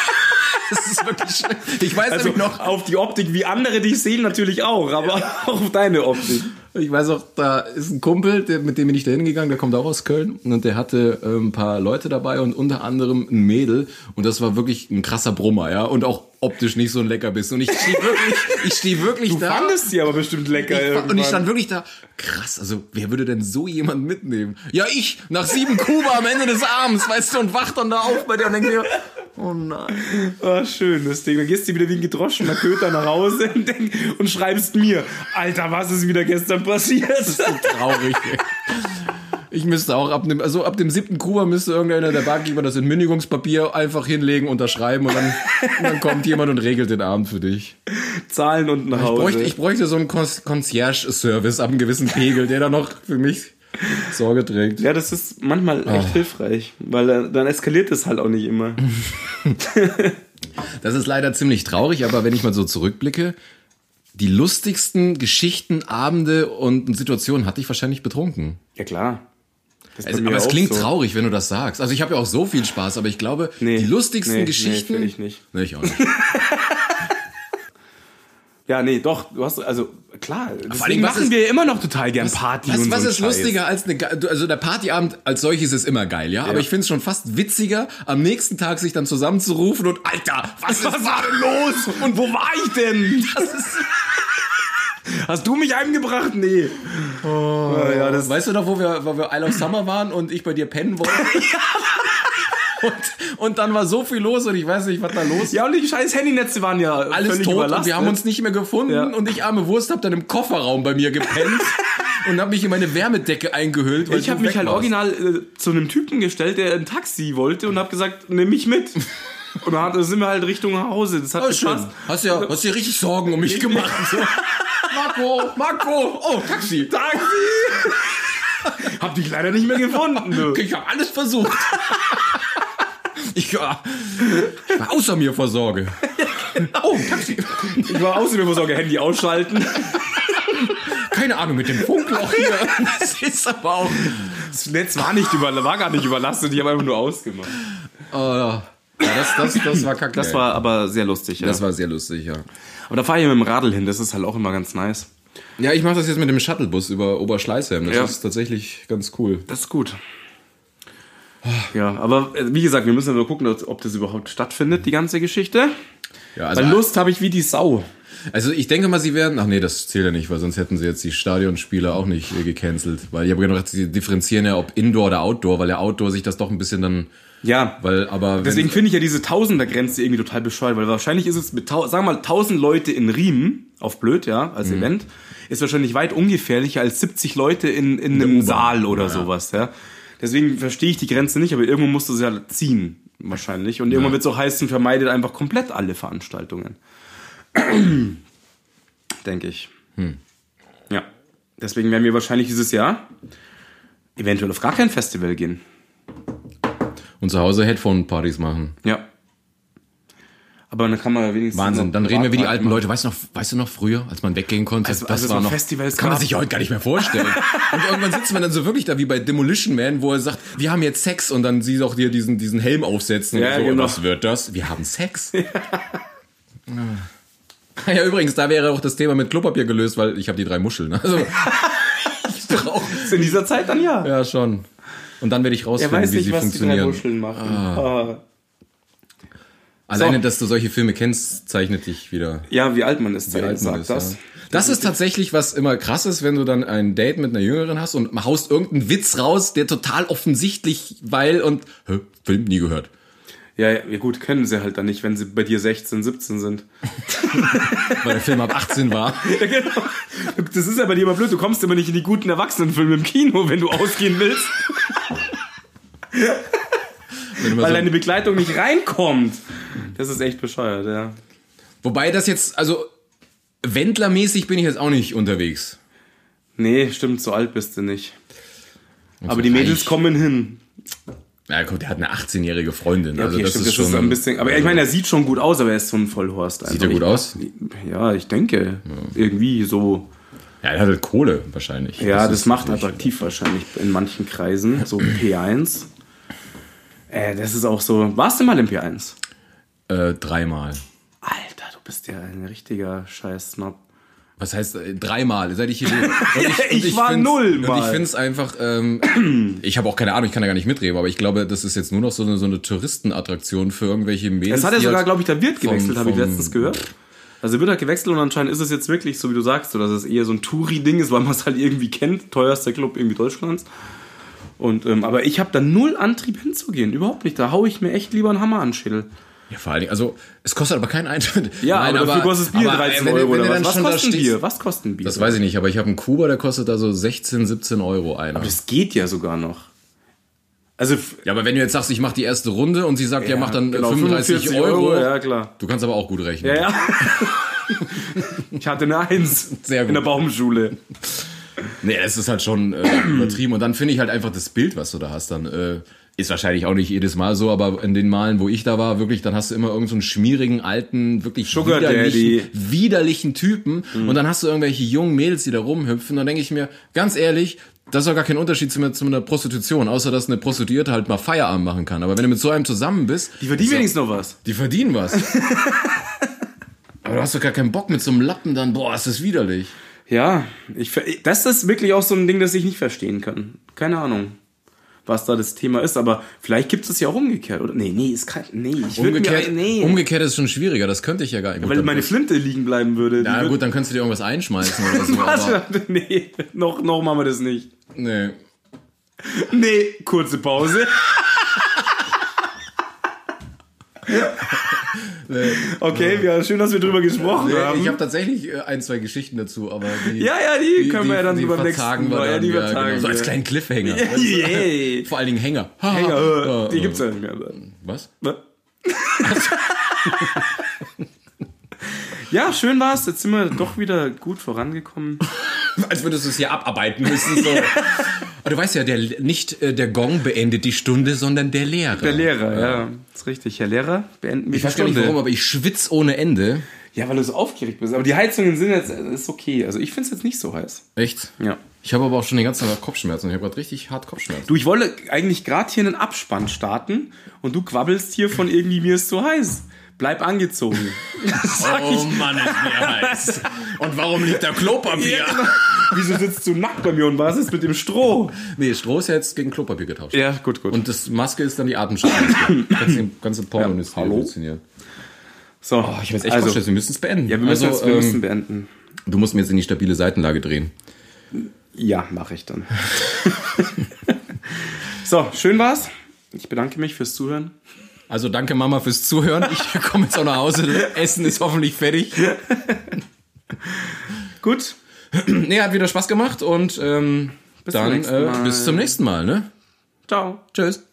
B: *laughs* das ist wirklich schlimm. Ich weiß
A: Also
B: nämlich noch,
A: auf die Optik, wie andere dich sehen natürlich auch, aber *laughs* auch auf deine Optik.
B: Ich weiß auch, da ist ein Kumpel, der, mit dem bin ich da hingegangen, der kommt auch aus Köln und der hatte äh, ein paar Leute dabei und unter anderem ein Mädel und das war wirklich ein krasser Brummer, ja, und auch optisch nicht so ein Leckerbissen und ich stehe wirklich, ich stehe wirklich
A: Du
B: da.
A: fandest sie aber bestimmt lecker
B: Ich fa-
A: irgendwann.
B: und ich stand wirklich da, krass, also wer würde denn so jemand mitnehmen? Ja, ich, nach sieben Kuba am Ende des Abends, weißt du, und wach dann da auf bei dir und denk mir, oh nein.
A: Ah, schön, das Ding. Dann gehst du wieder wie ein gedroschener Köter nach Hause *laughs* und, denk, und schreibst mir, Alter, was ist wieder gestern passiert?
B: Traurig. ey. Ich müsste auch ab dem, also ab dem siebten Kuba müsste irgendeiner der Barkeeper das Entmündigungspapier einfach hinlegen, unterschreiben und dann, und dann kommt jemand und regelt den Abend für dich.
A: *laughs* Zahlen und nach
B: Ich
A: Hause.
B: bräuchte, ich bräuchte so einen Con- Concierge-Service ab einem gewissen Pegel, der da noch für mich Sorge trägt.
A: ja, das ist manchmal
B: Ah.
A: echt hilfreich, weil äh, dann eskaliert es halt auch nicht immer.
B: Mhm. Das ist leider ziemlich traurig, aber wenn ich mal so zurückblicke, die lustigsten Geschichten, Abende und Situationen hatte ich wahrscheinlich betrunken.
A: Ja, klar. Das ist
B: Also,
A: bei mir
B: aber es
A: auch
B: klingt
A: so.
B: traurig, wenn du das sagst. Also ich habe ja auch so viel Spaß, aber ich glaube,
A: Nee,
B: die lustigsten
A: nee, nee,
B: Geschichten.
A: finde ich nicht.
B: Nee, ich auch nicht.
A: Ja, nee, doch, du hast, also klar, deswegen
B: allem, was
A: machen
B: ist-
A: wir ja immer noch total gern *laughs* Party
B: Was,
A: und
B: was
A: so
B: ist lustiger als eine, ge- also der Partyabend als solches ist immer geil, ja? Aber ich finde es schon fast witziger, am nächsten Tag sich dann zusammenzurufen und Alter, was,
A: Was
B: ist
A: war denn los? Und wo war ich denn?
B: *laughs* das? Ist,
A: Hast du mich heimgebracht? Nee. Oh, ja, das,
B: weißt du noch, wo wir, wo wir Isle of Summer waren und ich bei dir pennen
A: *laughs*
B: wollte? und, und dann war so viel los und ich weiß nicht, was da los war.
A: ja, und die scheiß Handynetze waren ja
B: Alles
A: völlig
B: tot und
A: überlastet.
B: wir haben uns nicht mehr gefunden
A: Ja.
B: und ich arme Wurst hab dann im Kofferraum bei
A: *laughs*
B: mir gepennt und hab mich in meine Wärmedecke eingehüllt. weil
A: ich
B: du
A: habe mich
B: weg
A: halt
B: warst.
A: original äh, zu einem Typen gestellt, der ein Taxi wollte und habe gesagt, nimm mich mit.
B: *laughs*
A: Und dann hat- sind wir halt Richtung nach Hause. Das hat
B: Oh, schön.
A: gepasst.
B: Hast ja, hast dir richtig Sorgen um mich gemacht.
A: *laughs*
B: Marco, Marco, oh, Taxi.
A: Taxi! hab dich leider nicht mehr gefunden, du.
B: Ich habe alles versucht. Ich, ja, ich war außer mir vor
A: *laughs*
B: Sorge.
A: genau.
B: Oh, Taxi.
A: Ich war außerdem immer so Handy ausschalten.
B: Keine Ahnung mit dem Funkloch hier. Das ist aber auch.
A: Das Netz war nicht über, war gar nicht überlastet, ich habe einfach nur ausgemacht.
B: Oh, ja, das, das, das war kacke.
A: Das war aber sehr lustig, ja.
B: das war sehr lustig, ja.
A: aber da fahre ich mit dem Radl hin, das ist halt auch immer ganz nice.
B: Ja, ich mache das jetzt mit dem Shuttlebus über Oberschleißheim. Das
A: Ja.
B: ist tatsächlich ganz cool.
A: Das ist gut. Ja, aber äh, wie gesagt, wir müssen ja nur gucken, ob das überhaupt stattfindet, die ganze Geschichte.
B: Ja,
A: Weil Lust habe ich wie die Sau.
B: Also ich denke mal, sie werden. Ach nee, das zählt ja nicht, weil sonst hätten sie jetzt die Stadionspiele auch nicht äh, gecancelt. Weil ich habe gedacht, sie differenzieren ja ob Indoor oder Outdoor, weil ja Outdoor sich das doch ein bisschen dann.
A: Ja,
B: Weil, aber wenn-
A: Deswegen finde ich ja diese Tausender-Grenze irgendwie total bescheuert, weil wahrscheinlich ist es mit, tau- sagen wir mal, 1000 Leute in Riemen, auf blöd, ja, als Event, ist wahrscheinlich weit ungefährlicher als 70 Leute in, in einem
B: U-Bahn.
A: Saal oder sowas, ja. Deswegen verstehe ich die Grenze nicht, aber irgendwo musst du sie ja ziehen, wahrscheinlich. Und irgendwann wird es auch heißen, vermeidet einfach komplett alle Veranstaltungen. *clears throat* Denke ich. Ja. Deswegen werden wir wahrscheinlich dieses Jahr eventuell auf gar kein Festival gehen.
B: und zu Hause Headphone-Partys machen.
A: Ja. Aber dann kann man ja wenigstens.
B: Wahnsinn.
A: noch
B: Also, Dann reden wir wie die
A: privat
B: alten Leute. Weißt du noch, weißt du noch früher, als man weggehen konnte?
A: Also- also so Festivals
B: kann man
A: gab-
B: sich ja heute gar nicht
A: *laughs*
B: mehr vorstellen. und irgendwann sitzt man dann so wirklich da wie bei Demolition Man, wo er sagt, wir haben jetzt Sex und dann sie auch dir diesen, diesen Helm aufsetzen
A: Ja,
B: und so.
A: genau.
B: Was wird das? Wir
A: *laughs*
B: haben Sex. Ah Ja, übrigens, da wäre auch das Thema mit Klopapier gelöst, weil ich habe die drei Muscheln.
A: *laughs*
B: Also, ich brauch,
A: machen. In dieser Zeit dann ja.
B: ja, schon. Und dann werde ich
A: Er
B: rausfinden,
A: weiß
B: wie
A: nicht,
B: sie
A: was die drei
B: funktionieren.
A: Muscheln machen. Ah.
B: Alleine,
A: So.
B: dass du solche Filme kennst, zeichnet dich wieder.
A: Ja, wie alt man ist,
B: alt man
A: sagt
B: ist,
A: das.
B: ja. Das ist tatsächlich, was immer krass ist, wenn du dann ein Date mit einer Jüngeren hast und haust irgendeinen Witz raus, der total offensichtlich, weil und hä, Film nie gehört.
A: Ja. Ja, gut, können sie halt dann nicht, wenn sie bei dir 16, 17 *laughs* sind.
B: Weil der Film ab 18
A: *laughs*
B: war.
A: Ja, genau. Das ist ja bei dir immer blöd, du kommst immer nicht in die guten Erwachsenenfilme im Kino, wenn du ausgehen willst,
B: *laughs* Wenn du mal
A: weil
B: so-
A: deine Begleitung nicht reinkommt. Das ist echt bescheuert, ja.
B: wobei das jetzt, also Wendlermäßig bin ich jetzt auch nicht unterwegs.
A: Nee, stimmt, so alt bist du nicht. Aber
B: so
A: die Mädels
B: reich.
A: kommen hin.
B: Na guck, der hat eine 18-jährige Freundin. also
A: okay,
B: das
A: stimmt,
B: ist schon äh, also
A: das ist ein bisschen. Aber ich meine, er sieht schon gut aus, aber er ist so ein Vollhorst.
B: Sieht
A: einfach.
B: er gut
A: Ich-
B: aus?
A: Ja, ich denke. Irgendwie so.
B: Ja, er hat halt Kohle wahrscheinlich.
A: Ja, das,
B: ist
A: macht
B: natürlich-
A: attraktiv wahrscheinlich in manchen Kreisen. So P1. Äh, das ist auch so. Warst du mal im P1?
B: Äh, dreimal.
A: Alter, du bist ja ein richtiger Scheiß-Snob.
B: Was heißt äh, dreimal? Seit ich
A: *laughs*
B: hier lebe. Und
A: Ja, ich war
B: find's-
A: null
B: Und
A: Mal.
B: ich finde es einfach, ähm, *clears throat* ich habe auch keine Ahnung, ich kann da gar nicht mitreden, aber ich glaube, das ist jetzt nur noch so eine, so eine Touristenattraktion für irgendwelche Mädels.
A: Es hat ja
B: die
A: sogar,
B: halt-
A: glaube ich, der Wirt
B: vom-
A: gewechselt, habe ich
B: vom-
A: letztens gehört. Also wird er gewechselt und anscheinend ist es jetzt wirklich so, wie du sagst, so, dass es eher so ein Touri-Ding ist, weil man es halt irgendwie kennt. Teuerster Club irgendwie Deutschlands. Und, ähm, aber ich habe da null Antrieb hinzugehen. Überhaupt nicht. Da haue ich mir echt lieber einen Hammer an den Schädel.
B: Ja, vor allen Dingen, also es kostet aber keinen Eintritt.
A: Ja, aber dafür kostet das Bier
B: aber, äh,
A: 13
B: wenn du-
A: Euro
B: wenn
A: oder was?
B: du dann
A: Was
B: schon da
A: kostet ein
B: stehst-
A: Bier? Was kostet ein Bier?
B: Das weiß ich nicht, aber ich habe einen Kuba, der kostet da so 16, 17 Euro einer.
A: Das geht ja sogar noch. Also, f-
B: Ja, aber wenn du jetzt sagst, ich mache die erste Runde und sie sagt, ja, mach dann
A: genau,
B: 35
A: 45
B: Euro.
A: Ja, klar.
B: Du kannst aber auch gut rechnen.
A: Ja, ja. *laughs* ich hatte eine Eins
B: Sehr gut.
A: in der Baumschule.
B: Nee, das ist halt schon äh, *clears throat* übertrieben. Und dann finde ich halt einfach das Bild, was du da hast, dann äh, ist wahrscheinlich auch nicht jedes Mal so, aber in den Malen, wo ich da war, wirklich, dann hast du immer irgendeinen so einen schmierigen, alten, wirklich
A: Sugar
B: widerlichen,
A: Daddy.
B: widerlichen Typen. Und dann hast du irgendwelche jungen Mädels, die da rumhüpfen. Dann denke ich mir, ganz ehrlich, das ist doch gar kein Unterschied zu, zu einer Prostitution, außer dass eine Prostituierte halt mal Feierabend machen kann. Aber wenn du mit so einem zusammen bist,
A: *laughs* Die verdienen wenigstens noch was.
B: die verdienen was. Aber du hast doch gar keinen Bock mit so einem Lappen dann, boah, ist das widerlich.
A: Ja, ich, ver- das ist wirklich auch so ein Ding, das ich nicht verstehen kann. Keine Ahnung, was da das Thema ist, aber vielleicht gibt es es ja auch umgekehrt. Oder? Nee, nee, ist kein. Nee, ich würd
B: Umgekehrt,
A: Mir, nee,
B: umgekehrt ist schon schwieriger, das könnte ich ja gar nicht.
A: weil meine Flinte liegen bleiben würde. die
B: ja,
A: würd-
B: gut, dann könntest du dir irgendwas einschmeißen
A: *laughs*
B: oder so.
A: Was?
B: aber,
A: Nee, noch, noch machen wir das nicht.
B: nee.
A: Nee, kurze
B: *laughs*
A: Pause. Okay, ja, schön, dass wir drüber gesprochen
B: Nee,
A: haben.
B: Ich habe tatsächlich äh, ein, zwei Geschichten dazu, aber die,
A: ja, ja, die,
B: die,
A: können wir ja dann
B: die
A: beim nächsten
B: vertagen wir
A: Mal. Ja,
B: dann,
A: die
B: ja,
A: vertagen
B: genau. So als
A: wir.
B: kleinen Cliffhanger.
A: Ja,
B: weißt
A: *laughs*
B: du?
A: yay.
B: Vor allen Dingen Hänger. Ha,
A: Hey,
B: ha,
A: äh, die
B: äh,
A: gibt's ja nicht mehr.
B: Was?
A: Ne? ja, schön war's. Jetzt sind wir doch wieder gut vorangekommen.
B: Als würdest du es hier abarbeiten
A: *laughs*
B: müssen. So. Aber du weißt ja, der, nicht äh, der Gong beendet die Stunde, sondern der Lehrer.
A: Der Lehrer, ja. Ist richtig. Herr Lehrer, beenden wir
B: Ich
A: die
B: weiß gar nicht
A: Stunde.
B: warum, aber ich schwitz ohne Ende.
A: Ja, weil du so aufgeregt bist. Aber die Heizungen sind jetzt ist okay. Also ich finde es jetzt nicht so heiß.
B: Echt?
A: Ja.
B: Ich habe aber auch schon den ganzen Tag Kopfschmerzen. Ich habe gerade richtig hart Kopfschmerzen.
A: Du, ich wollte eigentlich gerade hier einen Abspann starten und du quabbelst hier von irgendwie mir ist zu heiß. Bleib angezogen. *laughs* Oh, Sag ich.
B: Mann, ist mir heiß. *laughs* Und warum liegt da Klopapier?
A: genau. Wieso sitzt du nackt bei mir und was ist mit dem Stroh?
B: Nee, Stroh ist ja jetzt gegen Klopapier getauscht.
A: Ja, gut, gut.
B: Und das Maske ist dann
A: *laughs*
B: die Atemschutzmaske. Kannst den ganzen Pornoindustrie
A: Ja, hallo?
B: revolutionieren.
A: so,
B: Ich weiß echt
A: also,
B: Kopfschmerzen, wir müssen es beenden.
A: Ja, wir müssen,
B: also,
A: jetzt, wir
B: ähm,
A: müssen beenden.
B: Du musst mir jetzt in die stabile Seitenlage drehen.
A: Ja, mache ich dann. *laughs* so, schön war's. Ich bedanke mich fürs Zuhören.
B: Also danke Mama fürs Zuhören. Ich *laughs* komme jetzt auch nach Hause. Essen ist hoffentlich fertig.
A: Gut,
B: Nee, hat wieder Spaß gemacht und ähm,
A: zum
B: dann
A: nächsten
B: äh,
A: Mal.
B: bis zum nächsten Mal. Ne?
A: ciao.
B: Tschüss.